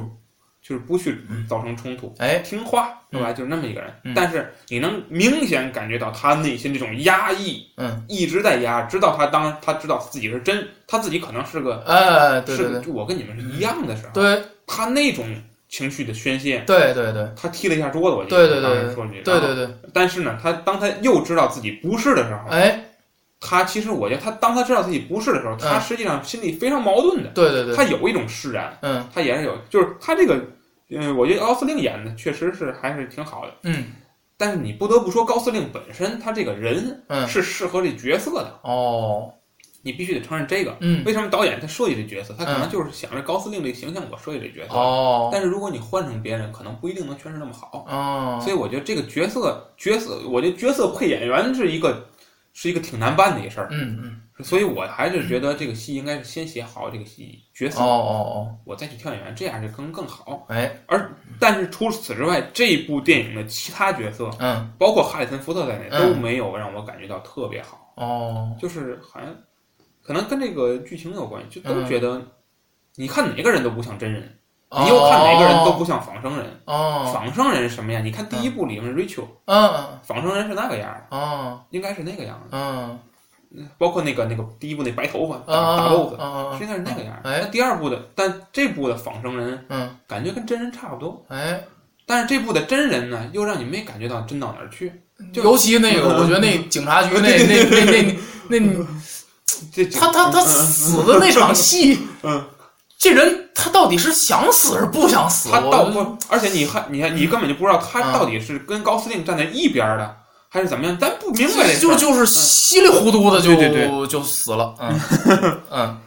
S2: 就是不去造成冲突，
S1: 哎，
S2: 听话对吧？就是那么一个人
S1: 嗯，
S2: 但是你能明显感觉到他内心这种压抑，
S1: 嗯，
S2: 一直在压，直到他当他知道自己是真，他自己可能是个
S1: 哎，对对
S2: 是
S1: 对嗯
S2: 个我跟你们是一样的时候，
S1: 对，
S2: 他那种情绪的宣泄。
S1: 对对对
S2: 他踢了一下桌子，我记
S1: 对
S2: 得
S1: 对
S2: 当时
S1: 对
S2: 说这个，
S1: 对对对，
S2: 但是呢，他当他又知道自己不是的时候，
S1: 哎，
S2: 他其实我觉得他当他知道自己不是的时候，他
S1: 嗯
S2: 实际上心里非常矛盾的，
S1: 对对对，
S2: 他有一种释然，
S1: 嗯
S2: 他也是有，就是他这个，嗯，我觉得高司令演的确实是还是挺好的，
S1: 嗯
S2: 但是你不得不说高司令本身他这个人
S1: 嗯，
S2: 是适合这角色的，
S1: 哦，
S2: 你必须得承认这个。
S1: 嗯
S2: 为什么导演他设计这角色，他可
S1: 嗯
S2: 能就是想着高司令这个形象，我设计这角色。
S1: 哦
S2: 但是如果你换成别人，可能不一定能诠释那么好。
S1: 哦
S2: 所以，我觉得这个角色角色，我觉得角色配演员是一个是一个挺难办的一事儿。
S1: 嗯嗯
S2: 所以我还是觉得这个戏应该是先写好这个戏角
S1: 哦
S2: 色，
S1: 哦
S2: 我再去挑演员，这样是更更好。
S1: 哦，哎
S2: 但是除此之外，这部电影的其他角色，
S1: 嗯
S2: 包括哈里森福特在内，
S1: 嗯
S2: 都没有让我感觉到特别好。
S1: 哦
S2: 就是好像可能跟这个剧情有关系，
S1: 嗯
S2: 就都觉得你看哪个人都不像真人，
S1: 哦，
S2: 你又看哪个人都不像仿生人。
S1: 哦，
S2: 仿生人是什么样？你看第一部里面 Rachel，
S1: 嗯
S2: 仿生人是那个样儿，
S1: 嗯
S2: 应该是那个样
S1: 嗯
S2: 的，包括那个那个第一部那白头发大大
S1: 嗯
S2: 豆子，
S1: 嗯
S2: 实际上是那个样儿。
S1: 哎
S2: 那第二部的，但这部的仿生人
S1: 嗯
S2: 感觉跟真人差不多，
S1: 哎，
S2: 但是这部的真人呢，又让你没感觉到真到哪儿去。
S1: 尤其那个，我觉得那警察局那那那那那。
S2: 这
S1: 他他他死的那场戏，
S2: 嗯，
S1: 这人他到底是想死是不想死？
S2: 他
S1: 我
S2: 到不，而且你还你还你根本就不知道他
S1: 嗯
S2: 到底是跟高司令站在一边儿的，还是怎么样，咱不明白这事
S1: 就
S2: 儿。
S1: 就是稀里糊涂的就
S2: 对对对
S1: 就死了，嗯嗯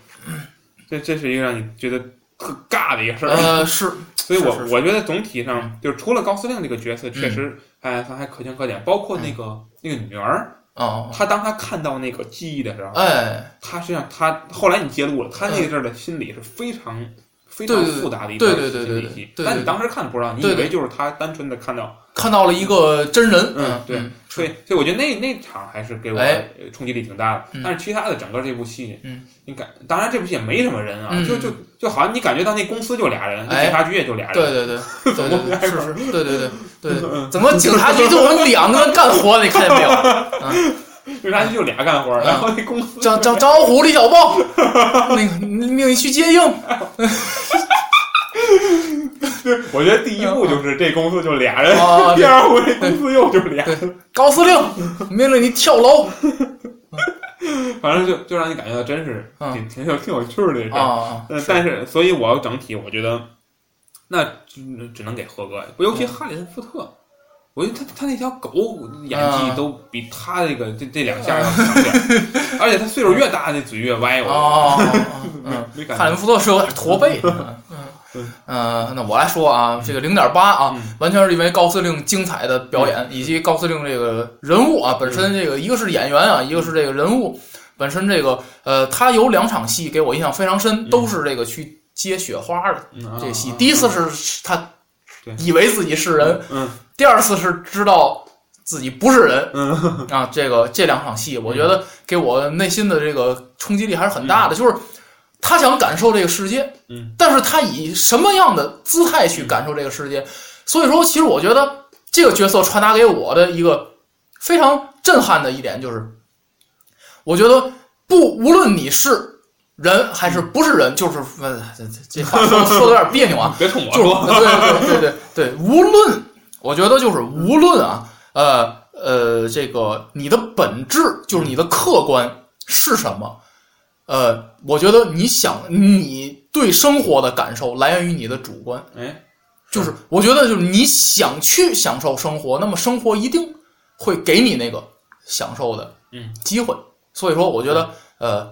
S2: 这这是一个让你觉得特尬的一个事儿。
S1: 呃是，
S2: 所以我
S1: 是是嗯
S2: 我觉得总体上就是除了高司令这个角色确实哎他还可圈可点，包括那个那个女儿，
S1: 哦
S2: 她当她看到那个记忆的时候，
S1: 哎
S2: 她实际上她后来你揭露了，她那个阵儿的心理是非常。非
S1: 对
S2: 常
S1: 对对
S2: 复杂的一
S1: 对
S2: 段
S1: 对对
S2: 心理
S1: 对
S2: 戏
S1: 对，对
S2: 但
S1: 对
S2: 你当时看不知道，你
S1: 对
S2: 以
S1: 对
S2: 为就是她单纯的看到
S1: 看到了一个真人，
S2: 嗯，对，所以所以我觉得那那场还是给我
S1: 哎
S2: 呃冲击力挺大的。
S1: 嗯
S2: 但是其他的整个这部戏，
S1: 嗯，
S2: 你感当然这部戏也没什么人啊，
S1: 嗯
S2: 就就就好像你感觉到那公司就俩人，那
S1: 哎
S2: 警察局也就 俩人，
S1: 对对对对对
S2: 么
S1: 对
S2: 回
S1: 是
S2: 事儿
S1: 是，对对对对对，怎么警察局就我们两个人干活，你看见没有？
S2: 警察局就俩干活儿，
S1: 嗯
S2: 然后那公司
S1: 张张张老虎、李小豹，那个命你去接应，
S2: 我觉得第一部就是这公司就俩人，
S1: 嗯哦
S2: 第二部这公司又就 俩人，
S1: 高司令命令你跳楼
S2: 反正就就让你感觉到真是
S1: 嗯
S2: 挺挺有挺有趣儿的这事儿。
S1: 啊，
S2: 呃，但是所以我要整体我觉得，那只只能给合格，尤
S1: 嗯
S2: 其哈里森福特。我觉得他他那条狗演技
S1: 啊
S2: 都比他这个这这两下要强 点儿，而且他岁数越大，那嘴越歪。我
S1: 哦，
S2: 没
S1: 嗯，
S2: 没
S1: 哈
S2: 感
S1: 林
S2: 觉。
S1: 福特是有点驼背 的。嗯
S2: 嗯，
S1: 呃，那我来说啊，这个零点八啊，
S2: 嗯
S1: 完全是因为高司令精彩的表演，以及高司令这个人物啊本
S2: 嗯
S1: 身这个一个是演员啊，一个是这个人物本身这个呃，他有两场戏给我印象非常深，都是这个去接雪花的
S2: 嗯啊
S1: 这戏
S2: 嗯啊。
S1: 第一次是他
S2: 对
S1: 以为自己是人，
S2: 嗯
S1: 第二次是知道自己不是人，
S2: 嗯
S1: 啊，这个这两场戏，我觉得给我内心的这个冲击力还是很大的。就是他想感受这个世界，
S2: 嗯，
S1: 但是他以什么样的姿态去感受这个世界？所以说，其实我觉得这个角色传达给我的一个非常震撼的一点就是，我觉得不，无论你是人还是不是人，就是呃这这这话说说的有点别扭啊，
S2: 别冲我
S1: 就是
S2: 说，
S1: 对对对对对，无论我觉得就是无论啊，呃呃，这个你的本质就是你的客观是什么，呃，我觉得你想你对生活的感受来源于你的主观，
S2: 哎，
S1: 就是我觉得就是你想去享受生活，那么生活一定会给你那个享受的
S2: 嗯
S1: 机会。所以说，我觉得呃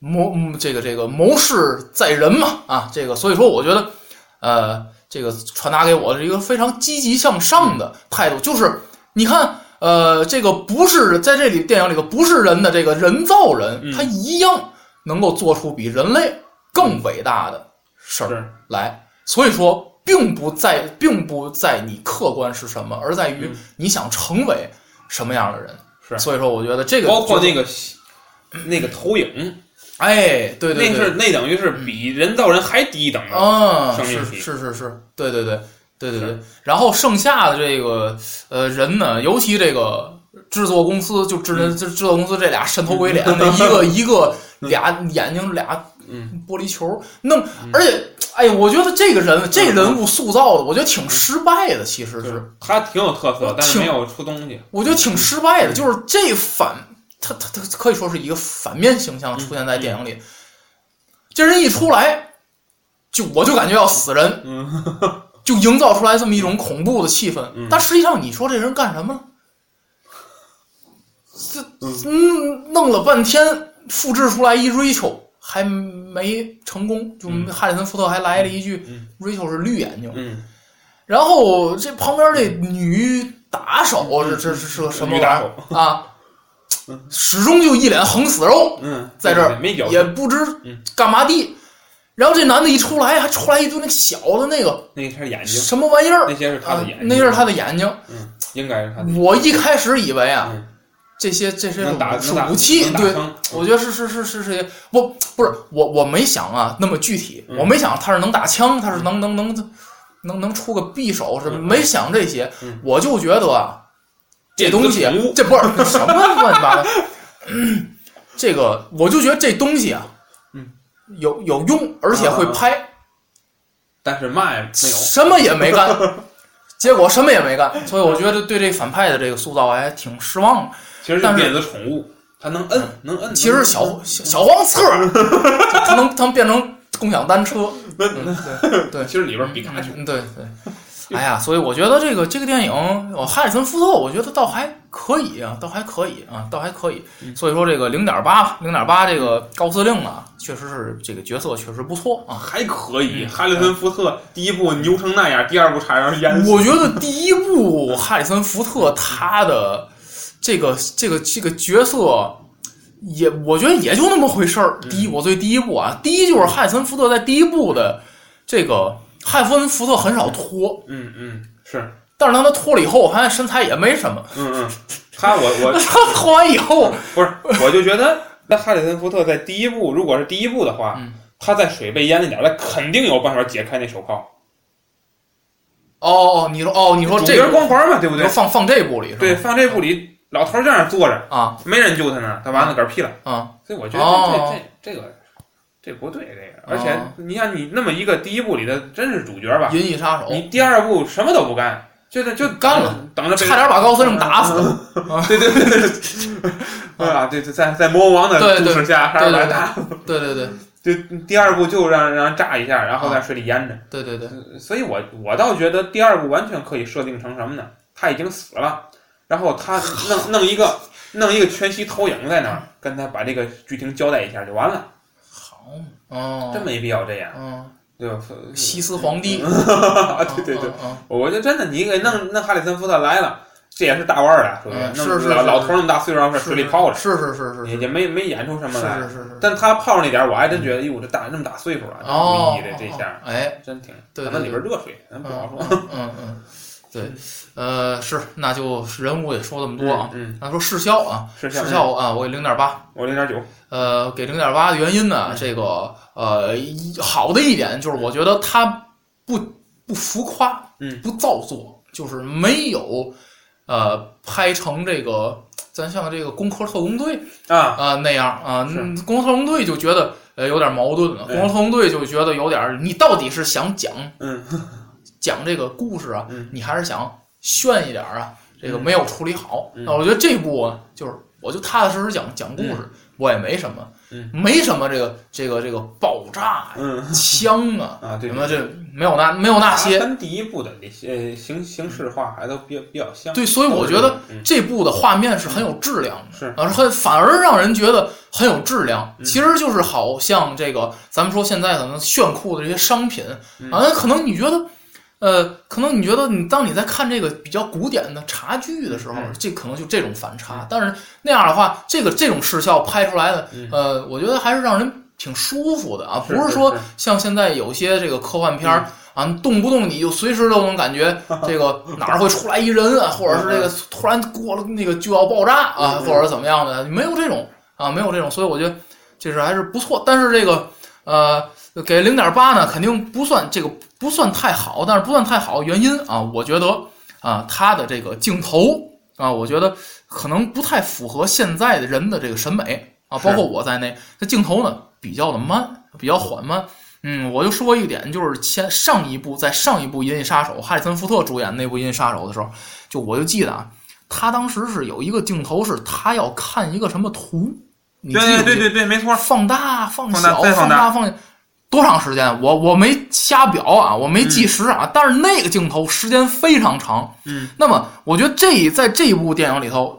S1: 谋嗯这个这个谋事在人嘛啊，这个所以说我觉得呃这个传达给我的是一个非常积极向上的
S2: 嗯
S1: 态度，就是你看。呃，这个不是在这里电影里头不是人的这个人造人，
S2: 嗯
S1: 他一样能够做出比人类
S2: 嗯
S1: 更伟大的事儿。
S2: 是
S1: 来。所以说，并不在，并不在你客观是什么，而在于
S2: 嗯
S1: 你想成为什么样的人。
S2: 是
S1: 所以说，我觉得这个
S2: 包括
S1: 就是
S2: 那个戏那个投影，
S1: 哎，对对对，
S2: 那
S1: 嗯
S2: 是那等于是比人造人还低一等的。
S1: 啊，
S2: 生命
S1: 是
S2: 体
S1: 是是是，对对对对对对
S2: 是。
S1: 然后剩下的这个呃人呢，尤其这个制作
S2: 嗯
S1: 公司，就制制制作公司这俩神头鬼脸，那一个一个俩眼睛俩
S2: 嗯，
S1: 玻璃球弄，而且哎呀，我觉得这个人这
S2: 嗯
S1: 人物塑造的，我觉得挺失败的，其实
S2: 就是是他挺有特色
S1: 我，
S2: 但是
S1: 挺
S2: 没有出东西。
S1: 我觉得挺失败的，就是这反他他他可以说是一个反面形象出现在电
S2: 嗯
S1: 影里，嗯这人一出来，就我就感觉要死人，
S2: 嗯，
S1: 就营造出来这么一种恐怖的气氛
S2: 嗯，
S1: 但实际上你说这人干什么了？这
S2: 嗯
S1: 嗯，弄了半天，复制出来一 Rachel 还没成功，就
S2: 嗯
S1: 哈里森福特还来了一句
S2: 嗯
S1: Rachel 是绿眼睛，
S2: 嗯，
S1: 然后这旁边这女打手这这是是个什么玩意
S2: 嗯女
S1: 儿啊？始终就一脸横死肉，
S2: 嗯，
S1: 在这儿
S2: 没有
S1: 也不知
S2: 嗯
S1: 干嘛地。然后这男的一出来，还出来一堆那个小的那个
S2: 那些是眼睛，
S1: 什么玩意儿
S2: 那些是他
S1: 啊
S2: 的眼，睛，
S1: 那是他的眼睛。
S2: 嗯，应该是他的。
S1: 我一开始以为啊，
S2: 嗯，
S1: 这些这些
S2: 能打
S1: 是
S2: 能打
S1: 武器，
S2: 能打
S1: 对，
S2: 伤
S1: 我觉得是是是是是，不不是我我没想啊那么具体，
S2: 嗯
S1: 我没想他是能打枪，他是能能能能能出个匕首，是
S2: 嗯
S1: 没想这些
S2: 嗯，
S1: 我就觉得啊，这东西啊
S2: 这是宠物
S1: 这不是什么乱七八糟，嗯这个我就觉得这东西啊，
S2: 嗯，
S1: 有有用，而且会拍，
S2: 但是嘛也没有。
S1: 什么也没干， 结果什么也没干，所以我觉得对这反派的这个塑造还挺失望的。
S2: 其实
S1: 但
S2: 是
S1: 是嗯
S2: 电子宠物，它能摁，能摁。
S1: 其实小
S2: 嗯
S1: 小小黄车， 它能它能变成共享单车，嗯，对
S2: 能，其实里边比卡丘，
S1: 嗯对对。哎呀，所以我觉得这个这个电影，哦，哈里森福特，我觉得倒还可以啊，倒还可以啊，倒还可以。
S2: 嗯
S1: 所以说这个零点八零点八这个高司令啊，确实是这个角色确实不错啊。
S2: 还可以。
S1: 嗯
S2: 哈里森福特第一部牛成那样，第二部差点淹 死。
S1: 我觉得第一部哈里森福特他的这个这个这个角色也，我觉得也就那么回事儿。
S2: 嗯
S1: 第一，我对第一部啊，第一就是哈里森福特在第一部的这个哈里森福特很少脱，
S2: 嗯嗯，是，
S1: 但是当他脱了以后，我发现身材也没什么。
S2: 嗯嗯，他我我
S1: 他 脱完以后，
S2: 不是，我就觉得那哈里森福特在第一部，如果是第一部的话，
S1: 嗯
S2: 他在水被淹那点儿，他肯定有办法解开那手铐。
S1: 哦，你说哦，你说
S2: 主
S1: 这
S2: 角
S1: 个
S2: 光环嘛，对不
S1: 你
S2: 对
S1: 说？放放这部里是吧？
S2: 对，放这部里，老头儿这样坐着，
S1: 啊
S2: 没人救他呢，他完了嗝屁了。
S1: 啊，
S2: 所以我觉得这、
S1: 哦
S2: 这这这个这不对，这个，而且你像你那么一个第一部里的真是主角吧，
S1: 银翼杀手
S2: 你第二部什么都不干，就在就
S1: 干了，
S2: 等着被
S1: 差点把高司令打死。
S2: 对对对对， 对啊，对对，在在魔王的
S1: 对
S2: 注
S1: 对
S2: 视下，差
S1: 对
S2: 点把
S1: 对
S2: 他打
S1: 对对对
S2: 就第二部就让让人炸一下，然后
S1: 啊
S2: 在水里淹着。
S1: 对对对，
S2: 所以我我倒觉得第二部完全可以设定成什么呢？他已经死了，然后他 弄弄一个弄一个全息投影在那儿，跟他把这个剧情交代一下就完了，
S1: 好哦，
S2: 真没必要这样，
S1: 嗯。
S2: 对吧？
S1: 西斯皇帝，
S2: 啊， 对对对，
S1: 嗯，嗯
S2: 我觉得真的，你给弄弄哈里森福特来了，这也是大腕儿了，属于
S1: 嗯
S2: 弄
S1: 是是
S2: 老
S1: 是
S2: 老头儿那么大岁数，让
S1: 嗯
S2: 在水里泡着，
S1: 是是是是
S2: 也
S1: 是
S2: 也没没演出什么来
S1: 是。是是，
S2: 但他泡着那点儿，我还真觉得，哎哟，这大那么大岁数了，
S1: 哦
S2: 故意的，这下。
S1: 哦哎，
S2: 真挺，
S1: 对
S2: 可能里
S1: 对
S2: 边热水，咱不好
S1: 嗯
S2: 说。
S1: 嗯嗯嗯，对，呃，是，那就人物也说这么多啊，
S2: 嗯，
S1: 那说视效啊，
S2: 视效嗯
S1: 视效啊，我给零点八，
S2: 我零点九，
S1: 呃，给零点八的原因
S2: 嗯
S1: 呢，这个呃，一好的一点就是我觉得它不不浮夸，
S2: 嗯
S1: 不造作，就是没有呃拍成这个咱像这个工科特工队
S2: 啊，
S1: 啊、那样啊，
S2: 是
S1: 嗯工作特工队就觉得呃有点矛盾了，
S2: 哎
S1: 工作特工队就觉得有点儿，你到底是想讲
S2: 嗯
S1: 讲这个故事啊，
S2: 嗯
S1: 你还是想炫一点儿啊？这个
S2: 嗯
S1: 没有处理好。
S2: 嗯
S1: 那我觉得这部啊，就是我就踏踏实实讲讲故事，我也没什么，
S2: 嗯
S1: 没什么这个这个这个爆炸呀、
S2: 嗯
S1: 枪啊，
S2: 啊，对，
S1: 什么这没有那没有那些。
S2: 跟第一部的那些呃形形式化还都比较比较像。
S1: 对，所以我觉得
S2: 嗯
S1: 这部的画面是很有质量的，
S2: 是嗯
S1: 啊，很反而让人觉得很有质量。其实就是好像这个咱们说现在可能炫酷的这些商品、
S2: 嗯
S1: 啊，可能你觉得，呃，可能你觉得你当你在看这个比较古典的茶具的时候，
S2: 嗯
S1: 这可能就这种反差。但是那样的话，这个这种视效拍出来的，
S2: 嗯
S1: 呃，我觉得还是让人挺舒服的啊，
S2: 是
S1: 不
S2: 是
S1: 说
S2: 是嗯
S1: 像现在有些这个科幻片儿。啊，动不动你就随时都能感 觉这个哪儿会出来一人啊，或者是这个突然过了那个就要爆炸啊，
S2: 嗯嗯
S1: 或者怎么样的，没有这种啊，没有这种，所以我觉得这是还是不错。但是这个呃，给零点八呢，肯定不算这个不算太好，但是不算太好，原因啊，我觉得啊，它的这个镜头啊，我觉得可能不太符合现在的人的这个审美啊，包括我在内，它镜头呢比较的慢。比较缓慢。嗯，我就说一点，就是前上一部在上一部《银翼杀手》，哈里森福特主演那部《银翼杀手》的时候，就我就记得啊，他当时是有一个镜头是他要看一个什么图，你记不
S2: 对
S1: 记得
S2: 对对对对，没错，
S1: 放大、放
S2: 放大
S1: 小、
S2: 再
S1: 放
S2: 放大
S1: 放小，多长时间？我我没瞎表啊，我没计时啊，但是那个镜头时间非常长。
S2: 嗯，
S1: 那么我觉得这一在这一部电影里头，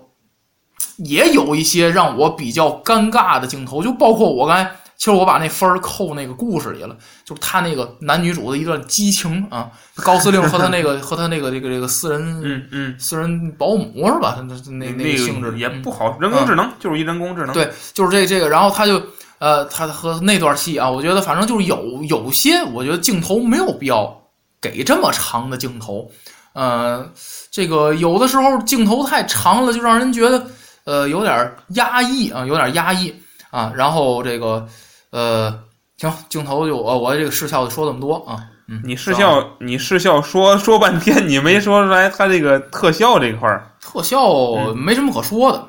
S1: 也有一些让我比较尴尬的镜头，就包括我刚才。其实我把那分儿扣那个故事里了，就是他那个男女主的一段激情啊，高司令和他那个和他那个这个这个私人、
S2: 嗯嗯，
S1: 私人保姆是吧？他那那那
S2: 个
S1: 个性质
S2: 也
S1: 嗯
S2: 不好，人工智能就是一人工智能，
S1: 对，就是这这个，然后他就呃，他和那段戏啊，我觉得反正就是有有些，我觉得镜头没有必要给这么长的镜头，呃，这个有的时候镜头太长了，就让人觉得呃有点儿压抑啊，有点儿压抑啊，然后这个呃，行，镜头就呃，我这个视效就说这么多啊，嗯，
S2: 你视效，你视效说说半天，你没说出来它这个特效这一块儿。
S1: 特效没什么可说的，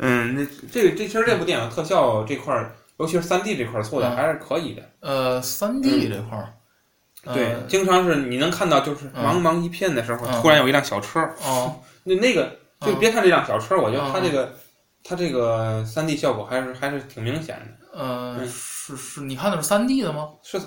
S2: 嗯，那这个这其实这部电影特效这块儿，尤其是三 D 这块儿做的
S1: 嗯
S2: 还是可以的。
S1: 呃，三 D 这块儿，
S2: 对，
S1: 呃
S2: 经常是你能看到，就是
S1: 嗯
S2: 茫茫一片的时候，
S1: 嗯
S2: 突然有一辆小车，
S1: 哦，
S2: 那那个就
S1: 嗯
S2: 别看这辆小车，我觉
S1: 嗯
S2: 得它这个它这个三 D 效果还是还是挺明显的。
S1: 呃，
S2: 嗯
S1: 是是，你看的是三 D 的吗？
S2: 是，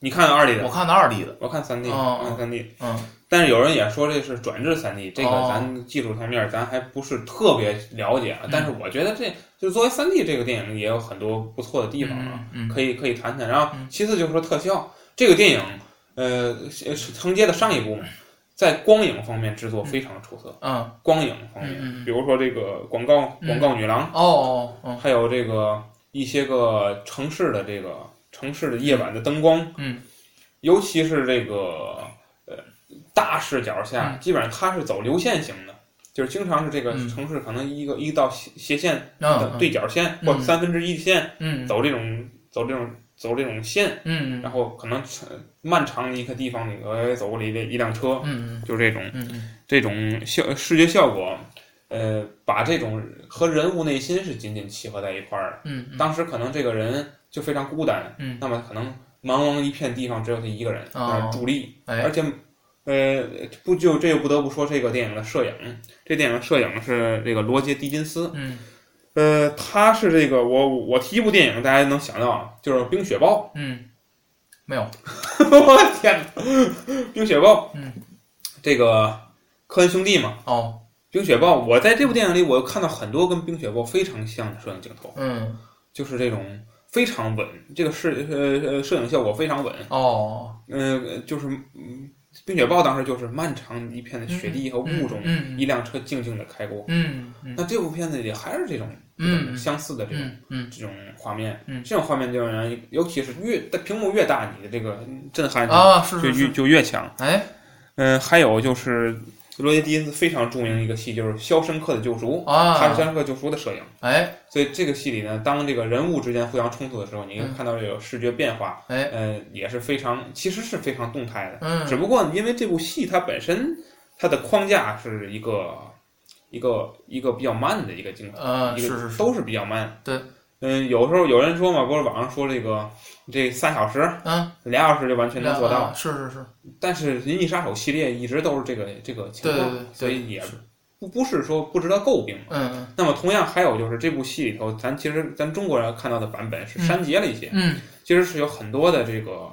S2: 你看二 D
S1: 我
S2: 的，
S1: 看的二 D 的，
S2: 我看三 D，
S1: 哦
S2: 我看三 D。
S1: 嗯，
S2: 但是有人也说这是转制三 D，这个
S1: 哦嗯
S2: 咱技术层面儿咱还不是特别了解啊。但是我觉得这就作为三 D 这个电影也有很多不错的地方啊，
S1: 嗯，嗯，
S2: 可以可以谈谈。然后
S1: 嗯
S2: 其次就是说特效，这个电影呃是是承接的上一部嘛，在光影方面制作非常出色，
S1: 嗯，
S2: 光影方
S1: 嗯嗯
S2: 面，比如说这个广告
S1: 嗯
S2: 广告女郎，
S1: 哦哦，嗯
S2: 还有这个一些个城市的这个城市的夜晚的灯光，
S1: 嗯，
S2: 尤其是这个呃大视角下，
S1: 嗯
S2: 基本上它是走流线型的，就是经常是这个
S1: 嗯
S2: 城市可能一个、一道斜斜线、
S1: 嗯，
S2: 对角线、或
S1: 嗯
S2: 者三分之一线、
S1: 嗯，
S2: 走这种走这种走这种线，
S1: 嗯
S2: 然后可能呃漫长的一个地方里呃走过了一个一辆车，
S1: 嗯
S2: 就是这种。
S1: 嗯嗯
S2: 这种效视觉效果，呃，把这种和人物内心是紧紧契合在一块儿
S1: 嗯
S2: 的。当时可能这个人就非常孤单，
S1: 嗯，
S2: 那么可能茫茫一片地方只有他一个人在
S1: 哦
S2: 那儿伫立，
S1: 哎
S2: 而，且，呃，不就这又不得不说这个电影的摄影，这电影的摄影是这个罗杰·狄金斯，
S1: 嗯
S2: 呃，他是这个我我提一部电影，大家能想到啊就是《冰雪暴》。
S1: 嗯，没有，
S2: 我天哪，《冰雪暴》，
S1: 嗯，
S2: 这个科恩兄弟嘛，
S1: 哦，
S2: 冰雪暴，我在这部电影里，我看到很多跟冰雪暴非常像的摄影镜头，
S1: 嗯，
S2: 就是这种非常稳，这个摄呃呃摄影效果非常稳，
S1: 哦，
S2: 呃，就是嗯，冰雪暴当时就是漫长一片的雪地和雾中，
S1: 嗯
S2: 一辆车静静的开过。
S1: 嗯嗯
S2: 那这部片子里还是这种
S1: 嗯
S2: 相似的这种
S1: 嗯嗯，
S2: 这种画面
S1: 嗯，
S2: 这种画面就让人，尤其是越但屏幕越大，你的这个震撼
S1: 啊，是
S2: 就是越
S1: 是，
S2: 就越强。
S1: 哎，
S2: 嗯，还有就是罗杰·狄金斯非常著名的一个戏就是《肖申克的救赎》。他是《
S1: 啊，
S2: 肖申克救赎》的摄影，
S1: 哎
S2: 所以这个戏里呢，当这个人物之间互相冲突的时候，你
S1: 嗯
S2: 看到这个视觉变化，
S1: 哎，
S2: 呃，也是非常，其实是非常动态的。
S1: 嗯
S2: 只不过因为这部戏它本身它的框架是一个一个一个比较慢的一个镜头，
S1: 呃，
S2: 一
S1: 是
S2: 个
S1: 是是，
S2: 都是比较慢。
S1: 对，
S2: 嗯，有时候有人说嘛，不是网上说这个这三小时、
S1: 嗯，
S2: 俩小时就完全能做到，
S1: 是是是，
S2: 但是《银翼杀手》系列一直都是这个这个情
S1: 对嗯对
S2: 况，
S1: 对，
S2: 所以也
S1: 是，
S2: 不不是说不值得诟病。
S1: 嗯
S2: 那么同样还有就是这部戏里头，咱其实咱中国人看到的版本是删节了一些，
S1: 嗯，
S2: 其实是有很多的这个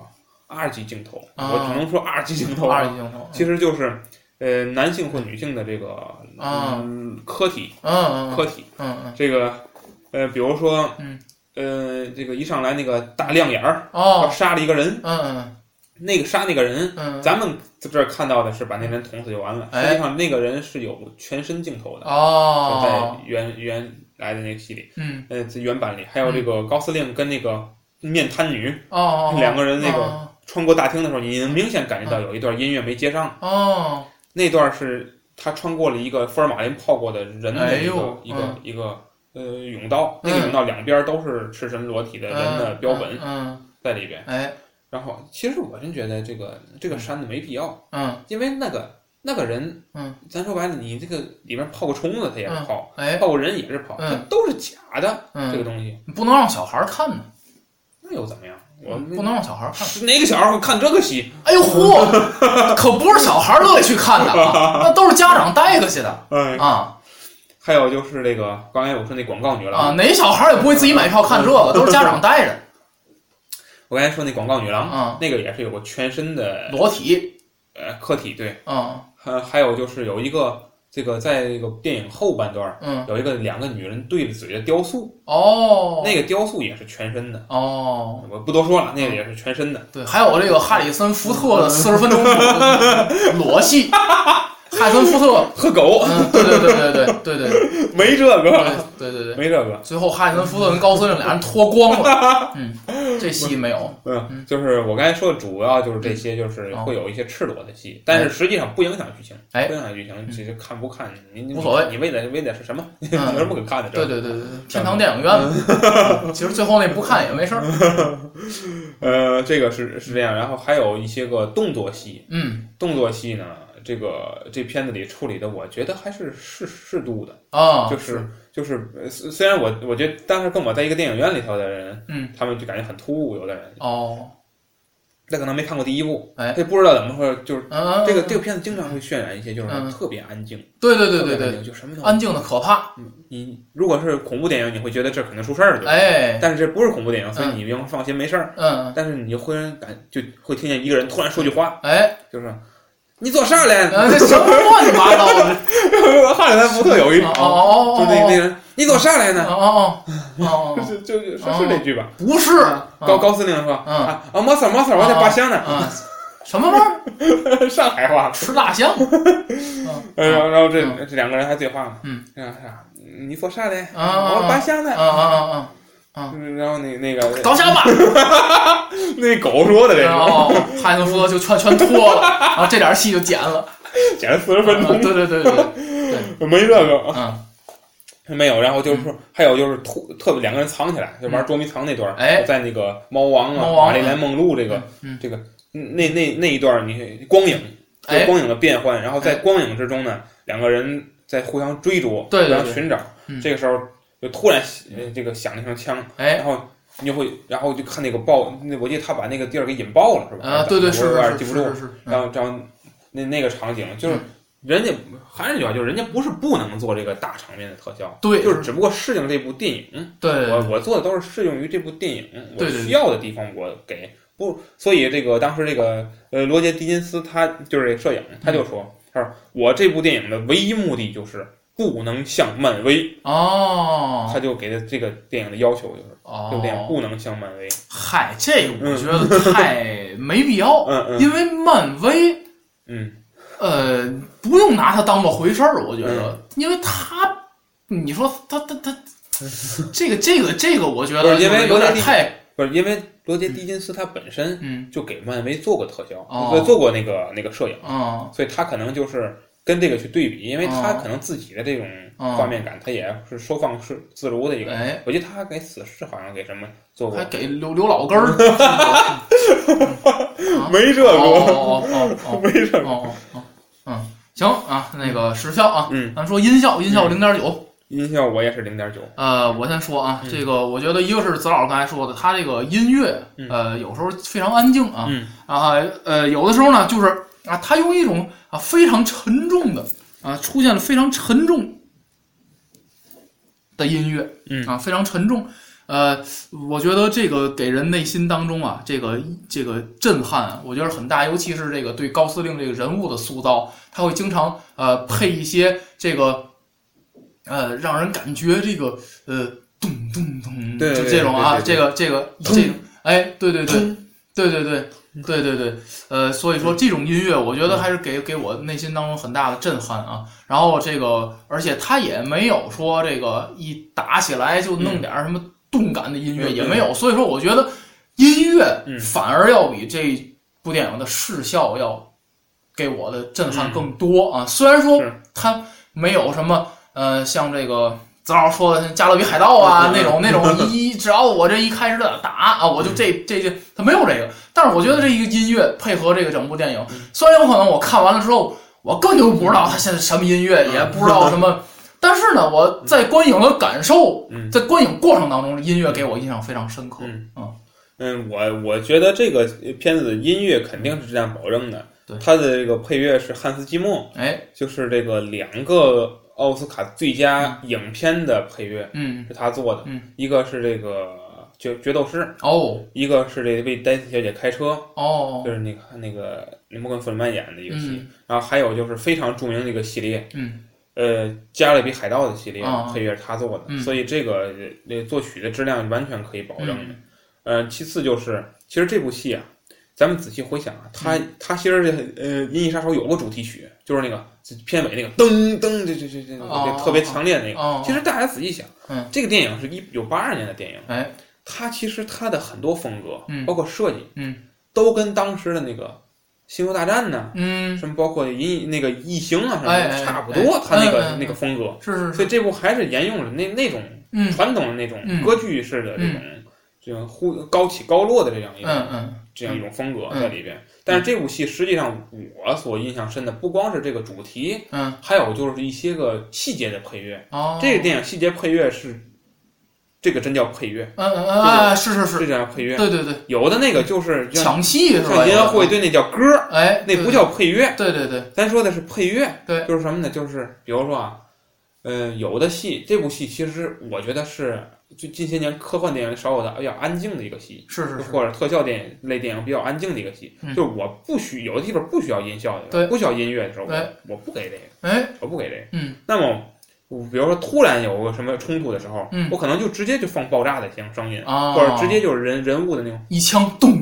S2: 二级镜头，
S1: 啊
S2: 我只能说二级镜头啊，
S1: 二级镜头，
S2: 其实就是呃男性或女性的这个
S1: 啊
S2: 嗯客体
S1: 嗯
S2: 客体
S1: 嗯嗯，
S2: 这个呃比如说
S1: 嗯
S2: 呃这个一上来那个大亮眼儿要
S1: 哦，
S2: 杀了一个人，
S1: 嗯
S2: 那个杀那个人。
S1: 嗯，
S2: 咱们在这儿看到的是把那人捅死就完了，
S1: 哎
S2: 实际上那个人是有全身镜头的，就
S1: 哦
S2: 在，原原来的那个戏里。
S1: 嗯，
S2: 呃，这原版里还有这个高司令跟那个面瘫女
S1: 哦，哦
S2: 两个人那个
S1: 哦嗯
S2: 穿过大厅的时候，你能明显感觉到有一段音乐没接上，
S1: 哦，
S2: 那段是他穿过了一个福尔马林泡过的人
S1: 哎
S2: 的一个
S1: 呦
S2: 一个
S1: 嗯
S2: 一个呃甬道，
S1: 嗯
S2: 那个甬道两边都是赤身裸体的人的标本
S1: 嗯，
S2: 在里边
S1: 嗯。哎，
S2: 然后，其实我真觉得这个这个删的没必要，
S1: 嗯
S2: 因为那个那个人，
S1: 嗯，
S2: 咱说白了，你这个里面泡个虫子他也是泡，
S1: 哎，
S2: 泡个人也是泡，
S1: 嗯
S2: 它都是假的，这
S1: 嗯，
S2: 个东西，
S1: 你不能让小孩儿看呢，
S2: 那又怎么样？我
S1: 嗯不能让小孩儿看。
S2: 哪个小孩会看这个戏？
S1: 哎呦嚯，可不是小孩儿乐意去看的啊，那都是家长带过去的
S2: 哎，
S1: 啊
S2: 还有就是这个，刚才我说那广告女
S1: 啊，
S2: 郎，
S1: 哪小孩儿也不会自己买票看这个，都是家长带着
S2: 我刚才说那广告女郎，
S1: 啊，
S2: 那个也是有个全身的
S1: 裸体
S2: 呃客体，对，
S1: 啊，
S2: 还还有就是有一个这个在这个电影后半段
S1: 嗯，
S2: 有一个两个女人对着嘴的雕塑，
S1: 哦，
S2: 那个雕塑也是全身的，
S1: 哦，
S2: 我不多说了，那个也是全身的，
S1: 对，还有这个哈里森福特的四十分钟裸戏，哈里森福特，
S2: 和狗
S1: 嗯，对对对对对对对对
S2: 没这个，
S1: 对对对，
S2: 没这个，
S1: 最后哈里森福特跟高司令俩人脱光 了，嗯，这戏没有，
S2: 嗯，就是我刚才说的主要就是这些，就是
S1: 哦
S2: 会有一些赤裸的戏，但是实际上不影响剧情，
S1: 哎
S2: 不影响剧情，其实看不看你你
S1: 无所谓
S2: 你为的为的是什么？ 你
S1: 嗯
S2: 有什么可看的？
S1: 对对对对对，天堂电影院嘛，
S2: 嗯
S1: 其实最后那不看也没事儿，
S2: 呃，这个是是这样，然后还有一些个动作戏，
S1: 嗯
S2: 动作戏呢，这个这片子里处理的，我觉得还是适适度的，
S1: 啊，
S2: 就是就是，呃虽虽然我我觉得当时跟我在一个电影院里头的人，
S1: 嗯，
S2: 他们就感觉很突兀，有的人，
S1: 哦，
S2: 他可能没看过第一部，
S1: 哎
S2: 他也不知道怎么会，就是
S1: 嗯，
S2: 这个这个片子经常会渲染一些，就是
S1: 嗯
S2: 特别安静，
S1: 对对对对
S2: 特别安
S1: 对，
S2: 静，就什么都没有
S1: 安静的可怕，
S2: 嗯啊你如果是恐怖电影，你会觉得这肯定出事儿了，
S1: 哎，
S2: 但是这不是恐怖电影，所以你要放心没事儿。
S1: 嗯，
S2: 但是你就忽然感就会听见一个人突然说句话，
S1: 哎，
S2: 就是你做啥来？
S1: 啊这什么乱七八糟的，
S2: 汉里兰福特有一
S1: 哦哦
S2: 就那那
S1: 哦
S2: 人，你走啥来呢？
S1: 哦哦哦，
S2: 就就就说是这句吧。
S1: 不是，
S2: 高高司令说
S1: 嗯
S2: 啊啊，没事没事，啊我在八乡呢，
S1: 啊，什么味儿？
S2: 上海话。
S1: 吃大 象？
S2: 呃然后然后这
S1: 嗯嗯
S2: 这两个人还对话呢，
S1: 嗯，
S2: 然后啥？你做啥来？
S1: 啊
S2: 我八乡
S1: 啊
S2: 呢。
S1: 啊啊！啊
S2: 嗯然后那那个
S1: 倒下吧！哦
S2: 那狗说的这
S1: 然
S2: 个，
S1: 后汉斯说就全全脱了，然后这点戏就剪了。
S2: 剪了四十分
S1: 哦对啊对对 对，
S2: 钟，没这个
S1: 嗯，
S2: 没有。然后就是说，还有就是突特别两个人藏起来，就玩捉迷藏那段儿，
S1: 嗯哎
S2: 在那个猫王
S1: 猫
S2: 啊、
S1: 王
S2: 玛丽莲梦露这个
S1: 嗯
S2: 这个那那那一段儿你光影
S1: 哎
S2: 对光影的变换，然后在
S1: 哎
S2: 光影之中呢，两个人在互相追逐，
S1: 对对对
S2: 互相寻找。
S1: 嗯
S2: 这个时候就突然呃这个响了一声枪，
S1: 哎，
S2: 然后你就会，然后就看那个爆，那我记得他把那个地儿给引爆了，是吧？
S1: 啊，对对是
S2: 我有点
S1: 是
S2: 记
S1: 是
S2: 不住
S1: 是。是，
S2: 然后，然后那那个场景就是
S1: 嗯
S2: 人家还是那句话，就是人家不是不能做这个大场面的特效，
S1: 对
S2: 就是只不过适应这部电影。我
S1: 对
S2: 我做的都是适用于这部电影我
S1: 对对对
S2: 需要的地方，我给不。所以这个当时这个呃罗杰·狄金斯他就是这摄影，他
S1: 嗯
S2: 就说，他说我这部电影的唯一目的就是不能像漫威，
S1: 哦
S2: 他就给的这个电影的要求就是这部电影
S1: 哦，
S2: 不能像漫威。
S1: 嗨，这个我觉得太没必要，
S2: 嗯嗯
S1: 因为漫威
S2: 嗯，
S1: 呃，不用拿它当个回事儿，我觉
S2: 嗯
S1: 得，因为他，你说他他他，这个这个这个，我觉
S2: 不
S1: 得
S2: 是因为
S1: 有点
S2: 有点
S1: 太，
S2: 不是因为罗杰·狄金斯他本身
S1: 嗯
S2: 就给漫威做过特效，
S1: 哦
S2: 做做过那个那个摄影，
S1: 啊
S2: 所以他可能就是。跟这个去对比，因为他
S1: 哦
S2: 可能自己的这种
S1: 哦
S2: 画面感，他也是收放是自如的一个人
S1: 哎，
S2: 我记得他给死侍好像给什么做过
S1: 还， 给刘刘老根儿，哦
S2: 没这
S1: 哦哦哦
S2: 没这
S1: 哦哦哦，嗯，行啊，那个时效啊，
S2: 嗯，
S1: 咱说音效，音效零点九，
S2: 音效我也是零点九，
S1: 呃，我先说啊
S2: 嗯，
S1: 这个我觉得一个是子老师刚才说的，他这个音乐，呃，有时候非常安静啊，
S2: 嗯
S1: 啊，呃，有的时候呢，就是啊，他用一种啊非常沉重的啊，出现了非常沉重的音乐，
S2: 嗯
S1: 啊，非常沉重。呃，我觉得这个给人内心当中啊，这个这个震撼啊，我觉得很大，尤其是这个对高司令这个人物的塑造，他会经常呃配一些这个呃让人感觉这个呃咚咚咚，
S2: 对
S1: 就
S2: 对
S1: 这种啊，这
S2: 对对对
S1: 个这个这种，哎，对对对，对对对对对对，呃，所以说这种音乐，我觉得还是给给我内心当中很大的震撼啊。然后这个，而且他也没有说这个一打起来就弄点儿什么动感的音乐，
S2: 嗯
S1: 也没有。所以说，我觉得音乐
S2: 嗯
S1: 反而要比这部电影的视效要给我的震撼更多啊。虽然说
S2: 是
S1: 它没有什么呃，像这个。子老师说的《加勒比海盗》啊，
S2: 嗯
S1: 那种那 种一只要我这一开始打啊，我就这
S2: 嗯
S1: 这这
S2: 嗯
S1: 他没有这个，但是我觉得这一个音乐配合这个整部电影，虽然有可能我看完了之后，我根本就不知道他现在什么音乐，也不知道什么。但是呢，我在观影的感受，
S2: 嗯
S1: 在观影过程当中，音乐给我印象非常深刻。
S2: 嗯
S1: 嗯
S2: 嗯，我我觉得这个片子的音乐肯定是质量保证的
S1: 对。
S2: 它的这个配乐是汉斯季默，
S1: 哎，
S2: 就是这个两个奥斯卡最佳影片的配乐
S1: 嗯，
S2: 是他做的，
S1: 嗯
S2: 一个是这个决决斗士，
S1: 哦
S2: 一个是这为黛西小姐开车，
S1: 哦
S2: 就，是那个那个摩根弗里曼演的一个戏，
S1: 嗯
S2: 然后还有就是非常著名的一个系列，
S1: 嗯
S2: 呃，《加勒比海盗》的系列、
S1: 啊
S2: 配乐是他做的，
S1: 嗯
S2: 所以这个那作曲的质量完全可以保证的。
S1: 嗯
S2: 呃，其次就是，其实这部戏啊，咱们仔细回想啊，它、
S1: 嗯
S2: 它其实这呃，《银翼杀手》有个主题曲，就是那个片尾那个噔噔，这这这这
S1: 哦
S2: 这特别强烈的那个。
S1: 哦，
S2: 其实大家仔细想，
S1: 嗯
S2: 这个电影是一九八二年的电影，
S1: 哎
S2: 它其实它的很多风格，
S1: 嗯
S2: 包括设计，
S1: 嗯
S2: 都跟当时的那个《星球大战》呢，
S1: 嗯，
S2: 什么包括银那个异形啊什么
S1: 哎哎
S2: 的，差不多，它那
S1: 哎哎
S2: 个
S1: 哎
S2: 那个风格。
S1: 是是
S2: 所
S1: 是，
S2: 以这部还是沿用了那那种
S1: 嗯
S2: 传统的那种
S1: 嗯
S2: 歌剧式的这种这种忽高起高落的这样一
S1: 嗯
S2: 种
S1: 嗯
S2: 这样一种风格
S1: 嗯
S2: 在里边。但是这部戏实际上我所印象深的不光是这个主题，
S1: 嗯，
S2: 还有就是一些个细节的配乐。
S1: 哦，
S2: 这个电影细节配乐是这个真叫配乐，
S1: 嗯嗯嗯哎，是是
S2: 这
S1: 是，
S2: 真叫配乐。
S1: 对对对，
S2: 有的那个就是像
S1: 抢戏是吧？
S2: 像银河护卫
S1: 嗯
S2: 队那叫歌儿，
S1: 哎，
S2: 那不
S1: 对，
S2: 叫配乐。
S1: 对对对
S2: 咱说的是配乐，
S1: 对，
S2: 就是什么呢？就是比如说啊，呃，有的戏，这部戏其实我觉得是就近些年科幻电影少有的比较安静的一个戏，
S1: 是是是，
S2: 或者特效电影类电影比较安静的一个戏。
S1: 嗯
S2: 就是我不需有的地方不需要音效的时
S1: 对
S2: 候，不需要音乐的时候，
S1: 对
S2: 我我不给这个，
S1: 哎，
S2: 我不给这个。
S1: 嗯
S2: 那么，我比如说突然有个什么冲突的时候，
S1: 嗯
S2: 我可能就直接就放爆炸的声声音，
S1: 啊，
S2: 或者直接就是人人物的那种。
S1: 一枪咚，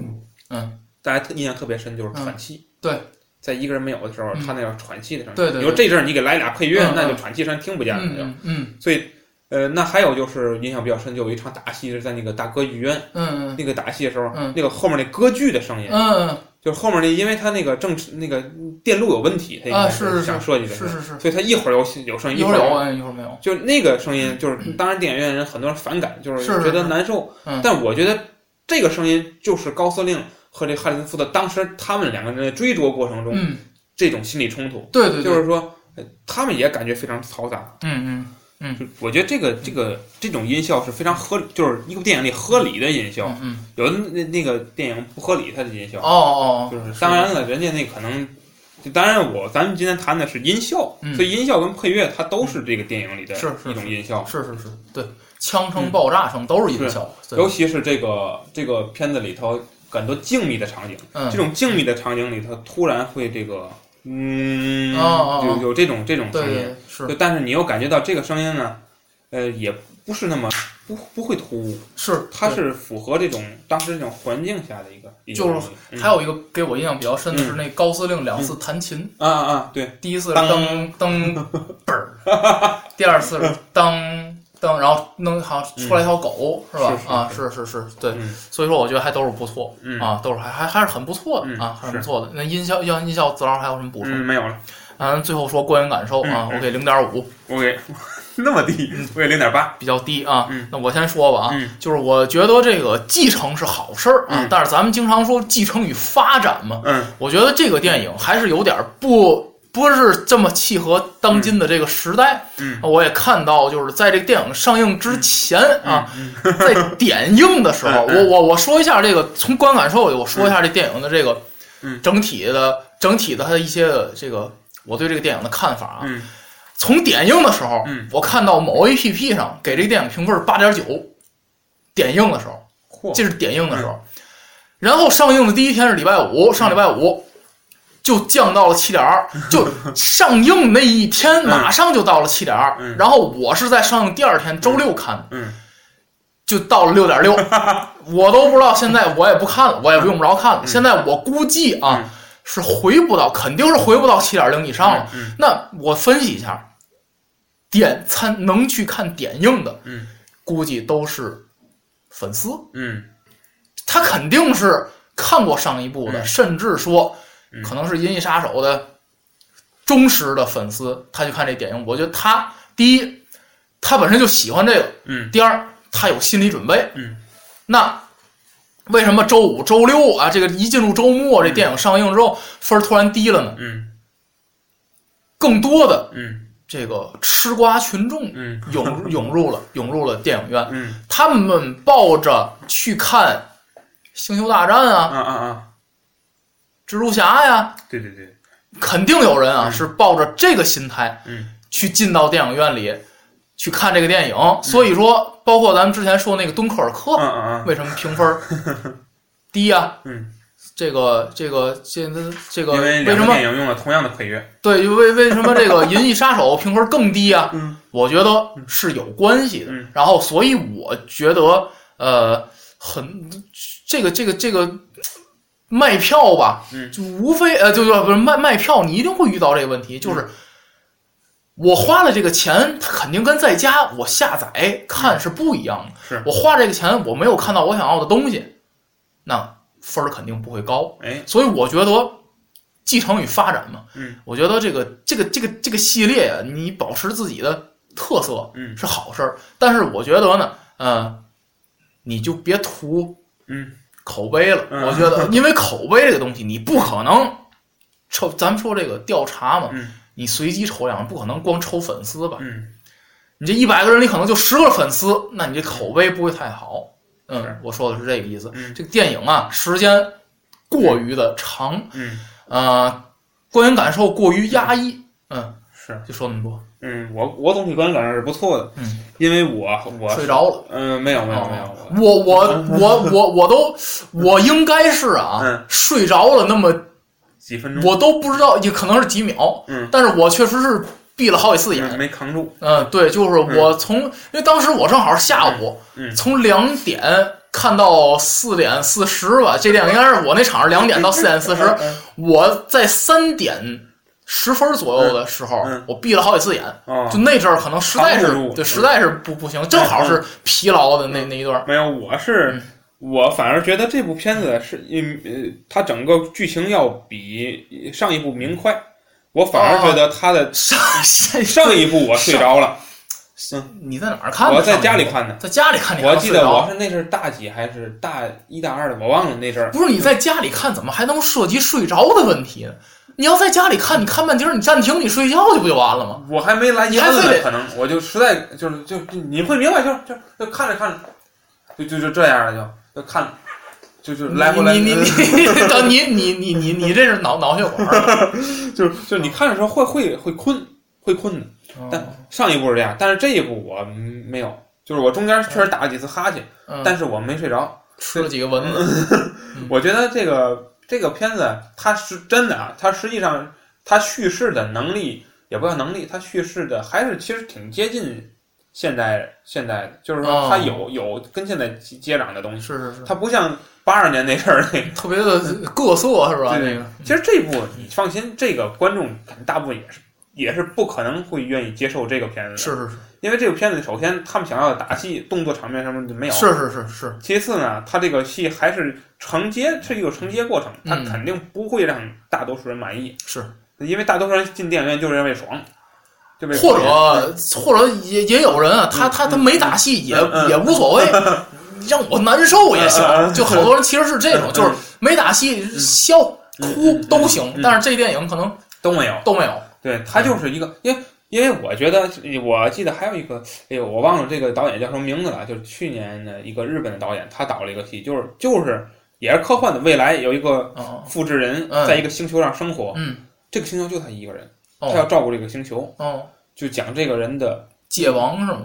S2: 大家印象特别深就是喘气。
S1: 嗯对，
S2: 在一个人没有的时候，
S1: 嗯
S2: 他那叫喘气的声音。
S1: 对对对
S2: 你说这阵儿你给来俩配乐
S1: 嗯，
S2: 那就
S1: 嗯
S2: 喘气声听不见了。就
S1: 嗯嗯
S2: 所以，呃，那还有就是印象比较深，就有一场打戏是在那个大歌剧院，
S1: 嗯嗯
S2: 那个打戏的时候
S1: 嗯，
S2: 那个后面那歌剧的声音
S1: 嗯，嗯
S2: 就是后面那，因为他那个正那个电路有问题，他应
S1: 啊
S2: 该
S1: 是是
S2: 想设计
S1: 嗯，
S2: 的
S1: 是
S2: 时候，
S1: 是是，
S2: 所以他一会儿有有声音，
S1: 一会
S2: 儿
S1: 儿有
S2: 有。
S1: 哎，一会儿没有，
S2: 就那个声音，就是当然，电影院人很多人反感，就是
S1: 是是
S2: 觉得
S1: 是
S2: 难受。
S1: 嗯
S2: 但我觉得这个声音就是高司令和这哈里森福特当时他们两个人的追逐过程中、
S1: 嗯，
S2: 这种心理冲突，
S1: 对对
S2: 就
S1: 对，
S2: 是说呃他们也感觉非常嘈杂。
S1: 嗯
S2: 就我觉得这个这个这种音效是非常合理，就是一部电影里合理的音效
S1: 嗯。嗯，
S2: 有的那那个电影不合理，它的音
S1: 哦
S2: 效
S1: 哦，
S2: 就是当然了，人家那可能。就当然我，咱们今天谈的是音效，
S1: 嗯
S2: 所以音效跟配乐它都是这个电影里的
S1: 是是
S2: 一种音效。
S1: 哦是是是，对，枪声、爆炸声都是音效，
S2: 嗯尤
S1: 对，
S2: 其是这个这个片子里头很多静谧的场景，
S1: 嗯
S2: 这，种静谧的场景里头突然会这个，嗯，
S1: 哦哦哦
S2: 有有这种这种
S1: 对
S2: 声
S1: 对
S2: 音，
S1: 对是
S2: 就但是你又感觉到这个声音呢，呃，也不是那么不不会突兀，
S1: 是，
S2: 它是符合这种当时这种环境下的一个，一个
S1: 就是
S2: 东西嗯
S1: 还有一个给我印象比较深的是那高司令两次弹琴，
S2: 啊啊啊，对，
S1: 第一次是噔噔嘣儿，第二次是当当，然后弄好像出来一条狗是吧
S2: 嗯是？是
S1: 啊，是是是，对，
S2: 嗯
S1: 所以说我觉得还都是不错
S2: 嗯
S1: 啊，都是还还还是很不错
S2: 嗯
S1: 的啊，还是
S2: 是
S1: 不错的。那音效要音效，子老师还有什么补充？
S2: 嗯，没有了，
S1: 咱最后说观影感受啊
S2: 嗯，嗯
S1: 我给零点五，
S2: 我给 那么低，我给零点八，
S1: 比较低啊
S2: 嗯。
S1: 那我先说吧啊
S2: 嗯，
S1: 就是我觉得这个继承是好事儿啊
S2: 嗯，
S1: 但是咱们经常说继承与发展嘛，
S2: 嗯
S1: 我觉得这个电影还是有点不不是这么契合当今的这个时代。
S2: 嗯
S1: 我也看到，就是在这个电影上映之前啊，在点映的时候，
S2: 嗯嗯
S1: 我我我说一下这个从观感受里，我说一下这电影的这个
S2: 嗯
S1: 整体的整体的它的一些这个我对这个电影的看法啊。
S2: 嗯
S1: 从点映的时候
S2: 嗯，
S1: 我看到某 APP 上给这个电影评分八点九，点映的时候。
S2: 嚯，
S1: 这是点映的时候。然后上映的第一天是礼拜五，上礼拜五就降到了七点
S2: 嗯
S1: 二，就上映那一天马上就到了七点二。
S2: 嗯
S1: 然后我是在上映第二天周六看的，
S2: 嗯
S1: 就到了六点 六，我都不知道现在我也不看了，我也用不着看了。现在我估计啊、
S2: 嗯
S1: 是回不到，肯定是回不到七点零以上了。
S2: 嗯
S1: 那我分析一下，点参能去看点映的，
S2: 嗯
S1: 估计都是粉丝。
S2: 嗯
S1: 他肯定是看过上一部的，
S2: 嗯
S1: 甚至说
S2: 嗯
S1: 可能是《银翼杀手》的忠实的粉丝，他去看这电影。我觉得他第一，他本身就喜欢这个；
S2: 嗯
S1: 第二，他有心理准备。
S2: 嗯，
S1: 那为什么周五、周六啊，这个一进入周末，这电影上映之后分儿突然低了呢？
S2: 嗯
S1: 更多的
S2: 嗯
S1: 这个吃瓜群众
S2: 嗯
S1: 涌涌入了涌入了电影院，
S2: 嗯
S1: 他们抱着去看《星球大战》啊、
S2: 啊啊啊，
S1: 蜘蛛侠呀、
S2: 对对对，
S1: 肯定有人啊
S2: 嗯
S1: 是抱着这个心态
S2: 嗯
S1: 去进到电影院里去看这个电影。所以说，包括咱们之前说那个《敦刻尔克
S2: 啊》，啊啊，
S1: 为什么评分儿低呀、
S2: 嗯，
S1: 这个这个这个这个
S2: 因为
S1: 为
S2: 两
S1: 什
S2: 个
S1: 么
S2: 电影用了同样的配乐，
S1: 对为为什么这个《银翼杀手》评分更低呀、
S2: 嗯
S1: 我觉得是有关系的。
S2: 嗯
S1: 然后，所以我觉得，呃，很这个这个这个卖票吧，
S2: 嗯
S1: 就无非呃，就就不是卖卖票，你一定会遇到这个问题，就是。
S2: 嗯
S1: 我花了这个钱，肯定跟在家我下载看是不一样的。
S2: 是
S1: 我花这个钱，我没有看到我想要的东西，那分儿肯定不会高。
S2: 哎，
S1: 所以我觉得继承与发展嘛，
S2: 嗯，
S1: 我觉得这个这个这个这个系列啊，你保持自己的特色，
S2: 嗯
S1: 是好事儿。但是我觉得呢，呃，你就别图
S2: 嗯
S1: 口碑了。
S2: 嗯
S1: 我觉 得，因为口碑这个东西，你不可能抽，咱们说这个调查嘛，
S2: 嗯
S1: 你随机抽样，不可能光抽粉丝吧？
S2: 嗯，
S1: 你这一百个人里可能就十个粉丝，那你这口碑不会太好。嗯
S2: 是，
S1: 我说的是这个意思。
S2: 嗯
S1: 这个电影啊，时间过于的长，
S2: 嗯
S1: 呃，观影感受过于压抑。嗯，
S2: 是，
S1: 就说那么多。
S2: 嗯，我我总体观感是不错的，
S1: 嗯，
S2: 因为我我
S1: 睡着了。
S2: 嗯没有没有没有，
S1: 哦
S2: 我
S1: 我我我我我都我应该是啊，
S2: 嗯
S1: 睡着了，那么
S2: 几分钟
S1: 我都不知道，也可能是几秒，
S2: 嗯
S1: 但是我确实是闭了好几次眼。
S2: 没没扛住，
S1: 嗯，对，就是我从，因为当时我正好是下午，
S2: 嗯
S1: 从两点看到四点四十吧，这电影应该是我那场是两点到四点四
S2: 嗯
S1: 十，我在三点十分左右的时候，
S2: 嗯嗯
S1: 我闭了好几次眼，
S2: 哦
S1: 就，那阵儿可能实在
S2: 扛不
S1: 是
S2: 住嗯
S1: 对，实在是不不行，正好是疲劳的那那一段儿。
S2: 没有，我
S1: 嗯
S2: 是、我反而觉得这部片子是，因呃，它整个剧情要比上一部明快。我反而觉得它的
S1: 上
S2: 上一部我睡着了，
S1: 你在哪儿看的？
S2: 我在家里，看的。
S1: 在家里看你还
S2: 我
S1: 能
S2: 记
S1: 睡
S2: 得
S1: 着
S2: 我是那是大几还是大一大二的，我忘了那阵儿。
S1: 不是你在家里看，怎么还能涉及睡着的问题呢？你要在家里看，你看半截儿，你暂停，你睡觉就不就完了吗？
S2: 我还没来
S1: 你还
S2: 呢
S1: 非得
S2: 可能我就实在就是就就你会明白，就是就就看着看着，就就就这样了，就就看，就就来回来呃
S1: 你你你 你，等你你你你你这是脑脑血管儿。啊
S2: 就是就是你看的时候会会会困会困的。
S1: 嗯
S2: 但上一部是这样，但是这一部我嗯没有，就是我中间确实打了几次哈欠，
S1: 嗯，
S2: 但是我没睡着。
S1: 吃了几个蚊子，
S2: 我觉得这个这个片子它是真的啊，它实际上它叙事的能力也不叫能力，它叙事的还是其实挺接近现代现代的，就是
S1: 哦
S2: 说它有、有跟现在接接壤的东西，
S1: 是是是，
S2: 它不像八二年那阵儿那个。
S1: 特别的各色是吧？
S2: 对
S1: 那个
S2: 其实这部你放心，这个观众肯定大部分也是也是不可能会愿意接受这个片子的，
S1: 是是是
S2: 因为这个片子首先他们想要的打戏、动作场面什么的没有，
S1: 是是是是，
S2: 其次呢，它这个戏还是承接是一个承接过程，它
S1: 嗯
S2: 肯定不会让大多数人满意，
S1: 是
S2: 因为大多数人进电影院就是因为爽，就为
S1: 或者或者也也有人啊，他他他没打戏也
S2: 嗯嗯
S1: 也无所谓，让我难受也行
S2: 嗯。嗯
S1: 就好多人其实是这种，
S2: 嗯
S1: 就是没打戏笑哭都行
S2: 嗯，
S1: 但是这电影可能
S2: 都没有，
S1: 都没有。
S2: 对，它就是一个，因为因为我觉得，我记得还有一个，哎呦，我忘了这个导演叫什么名字了，就是去年的一个日本的导演，他导了一个戏，就是就是也是科幻的，未来有一个
S1: 嗯
S2: 复制人
S1: 嗯
S2: 在一个星球上生活，
S1: 嗯
S2: 这个星球就他一个人，他要
S1: 哦
S2: 照顾这个星球，
S1: 哦，
S2: 就讲这个人的
S1: 界王是吗？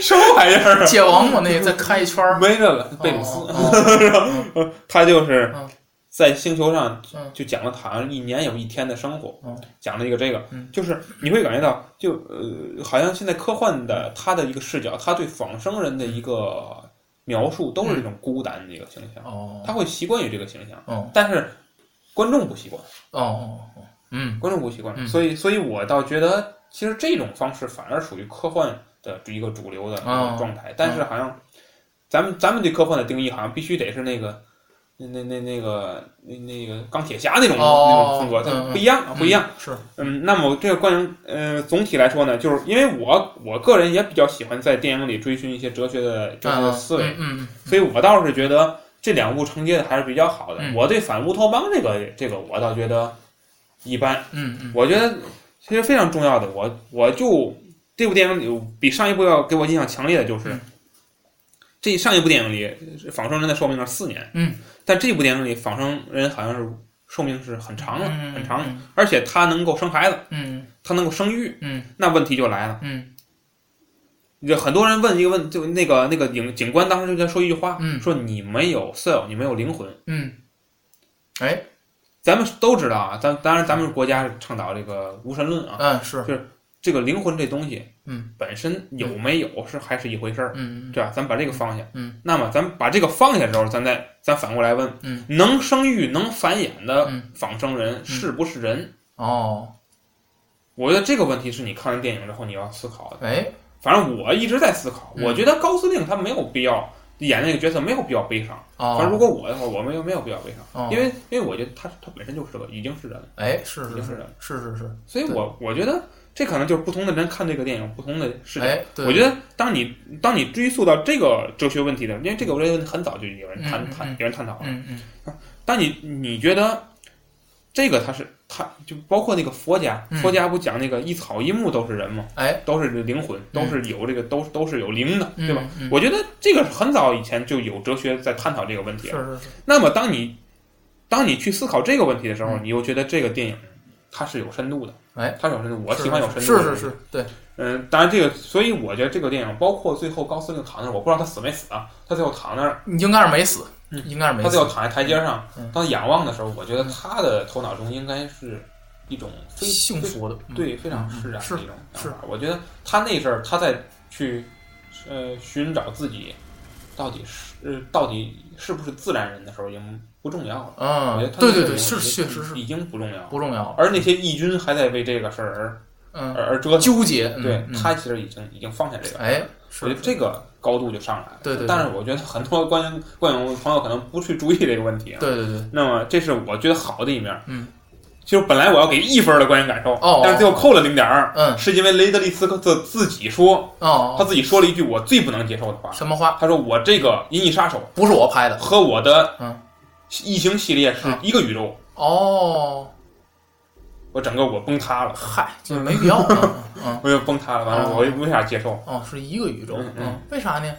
S2: 什么玩意儿啊？
S1: 界王嘛，那再开一圈儿，
S2: 没这个贝鲁斯，
S1: 哦哦
S2: 他就是
S1: 嗯
S2: 在星球上
S1: 嗯
S2: 就讲了，好像一年有一天的生活
S1: 嗯，
S2: 讲了一个这个
S1: 嗯，
S2: 就是你会感觉到，就呃，好像现在科幻的他的一个视角，他对仿生人的一个描述都是这种孤单的一个形象，
S1: 哦
S2: 他会习惯于这个形象，
S1: 哦
S2: 但是观众不习惯，
S1: 哦哦哦，嗯
S2: 观众不习惯，
S1: 嗯
S2: 所以所以我倒觉得，其实这种方式反而属于科幻的一个主流的一
S1: 哦
S2: 个状态，但是好像咱们咱们对科幻的定义好像必须得是那个。那那那那个那那个钢铁侠那种、
S1: 哦
S2: 那种风格，它
S1: 嗯嗯
S2: 不一样，不一样。
S1: 嗯是
S2: 嗯，那么这个观影，呃，总体来说呢，就是因为我我个人也比较喜欢在电影里追寻一些哲学的哲学的
S1: 嗯
S2: 思维，
S1: 嗯嗯
S2: 所以我倒是觉得这两部承接的还是比较好的。
S1: 嗯
S2: 我对反乌托邦这个这个，我倒觉得一般。
S1: 嗯嗯
S2: 我觉得其实非常重要的，我我就这部电影里比上一部要给我印象强烈的就是，
S1: 嗯
S2: 这上一部电影里仿生人的寿命是四年，
S1: 嗯，
S2: 但这部电影里仿生人好像是寿命是很长了，
S1: 嗯，
S2: 很长，
S1: 嗯
S2: 而且他能够生孩子，
S1: 嗯
S2: 他能够生育，
S1: 嗯
S2: 那问题就来了，
S1: 嗯
S2: 就很多人问一个问，就那个那个警警官当时就在说一句话，
S1: 嗯
S2: 说你没有 soul，你没有灵魂。
S1: 嗯，哎，
S2: 咱们都知道啊，咱当然咱们国家是倡导这个无神论啊，
S1: 嗯是，
S2: 这个灵魂这东西，
S1: 嗯，
S2: 本身有没有是还是一回事儿，
S1: 嗯
S2: 对吧？咱把这个放下，
S1: 嗯，
S2: 那么咱们把这个放下之后，咱再咱反过来问，
S1: 嗯，
S2: 能生育能繁衍的
S1: 嗯
S2: 仿生人是不是人？
S1: 哦，
S2: 我觉得这个问题是你看完电影之后你要思考的。
S1: 哎，
S2: 反正我一直在思考，
S1: 嗯
S2: 我觉得高司令他没有必要演那个角色，没有必要悲伤。反正如
S1: 哦，
S2: 果我的话，我没有没有必要悲伤，
S1: 哦
S2: 因为因为我觉得他他本身就是个已经哦是人了，
S1: 哎，是
S2: 已
S1: 是是
S2: 经是人了，
S1: 是是是，
S2: 所以我我觉得这可能就是不同的人看这个电影不同的视角。
S1: 哎，对，
S2: 我觉得，当你当你追溯到这个哲学问题的，因为这个我觉得很早就有人
S1: 嗯
S2: 探
S1: 嗯
S2: 探
S1: 嗯
S2: 有人探讨了。
S1: 嗯嗯
S2: 当你你觉得这个它是它就包括那个佛家，
S1: 嗯
S2: 佛家不讲那个一草一木都是人吗？
S1: 哎，
S2: 都是灵魂，都是有这个都都是有灵的，
S1: 嗯
S2: 对吧？？
S1: 嗯
S2: 我觉得这个很早以前就有哲学在探讨这个问题
S1: 是
S2: 了。
S1: 是是，
S2: 那么当你当你去思考这个问题的时候，
S1: 嗯
S2: 你又觉得这个电影它是有深度的，
S1: 哎，
S2: 它是有深度，我
S1: 是
S2: 喜欢有深度
S1: 是
S2: 的
S1: 是
S2: 东西
S1: 是，对，
S2: 嗯，当然这个，所以我觉得这个电影，包括最后高司令躺那儿，我不知道他死没死啊，他最后躺那儿，
S1: 你应该是没死，
S2: 嗯
S1: 应该是没
S2: 他最后
S1: 死，
S2: 躺在台阶上
S1: 嗯，
S2: 当仰望的时候，我觉得他的头脑中应该是一种非
S1: 幸，福的，
S2: 非
S1: 嗯，
S2: 对，非常释然
S1: 是
S2: 的一种想法。我觉得他那阵儿他在去呃寻找自己到底是呃到底是不是自然人的时候，已经不重要了。我觉得
S1: 嗯，
S2: 他
S1: 对
S2: 那
S1: 对
S2: 阵儿
S1: 对，
S2: 已
S1: 是
S2: 经
S1: 确实是
S2: 已经不重要了，
S1: 不重要了，
S2: 而那些义军还在为这个事儿而
S1: 嗯，
S2: 而而折腾。
S1: 纠结，嗯
S2: 呃对
S1: 嗯
S2: 他其实已经已经放下这个了。
S1: 哎，是
S2: 我觉得这个高度就上来了。
S1: 对对对
S2: 但是我觉得很多观 观影朋友可能不去注意这个问题啊。
S1: 对对对，
S2: 那么这是我觉得好的一面。
S1: 嗯，
S2: 就是本来我要给一分的观影感受，
S1: 哦
S2: 但是最后扣了零点二，
S1: 嗯，
S2: 是因为雷德利·斯科特自己说，
S1: 哦，
S2: 他自己说了一句我最不能接受的话，
S1: 什么花？
S2: 他说我这个《银翼杀手
S1: 不是我拍》的，
S2: 和我的
S1: 嗯
S2: 异形系列是一个宇宙，
S1: 哦，
S2: 我整个我崩塌了，
S1: 嗨，这没必要，嗯嗯，
S2: 我就崩塌了，完了
S1: 哦
S2: 我也无法接受。
S1: 哦，是一个宇宙
S2: 嗯，嗯
S1: 嗯，为啥呢？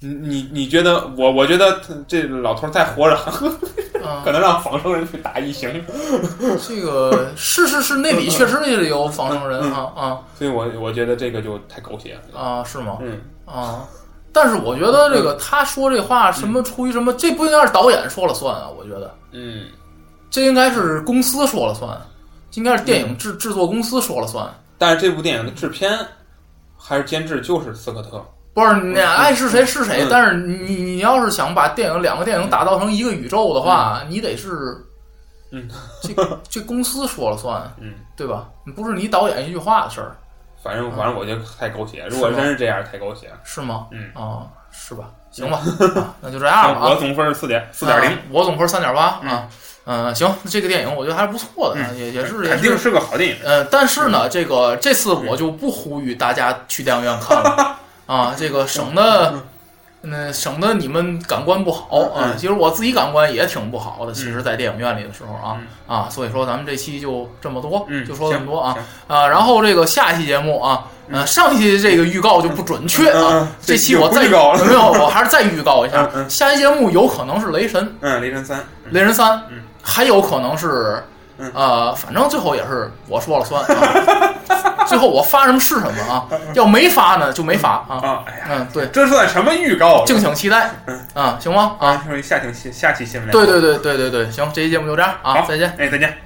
S2: 你你你觉得我我觉得这老头儿再活着，
S1: 嗯
S2: 可。能让仿生人去打异形。
S1: 这个是是是，那里确实也有仿生
S2: 嗯
S1: 人啊
S2: 所以我我觉得这个就太狗血
S1: 啊
S2: 了。
S1: 啊，是吗？
S2: 嗯，
S1: 啊，但是我觉得这个他说这话什么出于什么，这不应该是导演说了算啊？我觉得
S2: 嗯，
S1: 这应该是公司说了算，应该是电
S2: 嗯
S1: 影制制作公司说了算。
S2: 但是这部电影的制片还是监制就是斯科特，
S1: 不是你爱是谁是谁
S2: 嗯，
S1: 但是你你要是想把电影两个电影打造成一个宇宙的话，你得是，
S2: 嗯，
S1: 这这公司说了算，
S2: 嗯，
S1: 对吧？不是你导演一句话的事儿，
S2: 反正
S1: 嗯
S2: 反正我觉得太狗血。
S1: 是
S2: 如果
S1: 吗
S2: 真是这样，太狗血。
S1: 是吗？
S2: 嗯
S1: 啊，是吧？行吧，啊那就这样吧啊
S2: 我。总分是四点四点零
S1: 啊，我总分三点八
S2: 嗯
S1: 啊。嗯，行，这个电影我觉得还是不错的，啊也也是也
S2: 肯定
S1: 是。
S2: 是嗯个好电影。
S1: 呃，但是呢，这个这次我就不呼吁大家去电影院看 了啊，这个省得，嗯，省得你们感官不好啊。
S2: 嗯
S1: 其实我自己感官也挺不好的，其实，在电影院里的时候啊啊，所以说咱们这期就这么多
S2: 嗯，，
S1: 就说这么多啊
S2: 行。
S1: 啊，然后这个下一期节目啊，呃，上一期这个预告就不准确
S2: 嗯
S1: 啊
S2: 嗯，
S1: 这期我再
S2: 这期我不预告了
S1: 没有，我还是再预告一下
S2: 嗯，嗯
S1: 下一期节目有可能是雷神。
S2: 行嗯，雷神三，嗯
S1: 雷神三
S2: 嗯，
S1: 还有可能是
S2: 嗯，
S1: 呃，反正最后也是我说了算，啊 最后我发什么是什么 啊，要没发呢就没发啊，
S2: 啊，哎呀，
S1: 嗯，对，
S2: 这算什么预告？
S1: 敬请期待
S2: 嗯，
S1: 啊，行吗？啊，
S2: 啊，说下期下期新闻。
S1: 对对，对对对对，行，这期节目就这样啊，
S2: 好
S1: 再见。
S2: 哎，再见。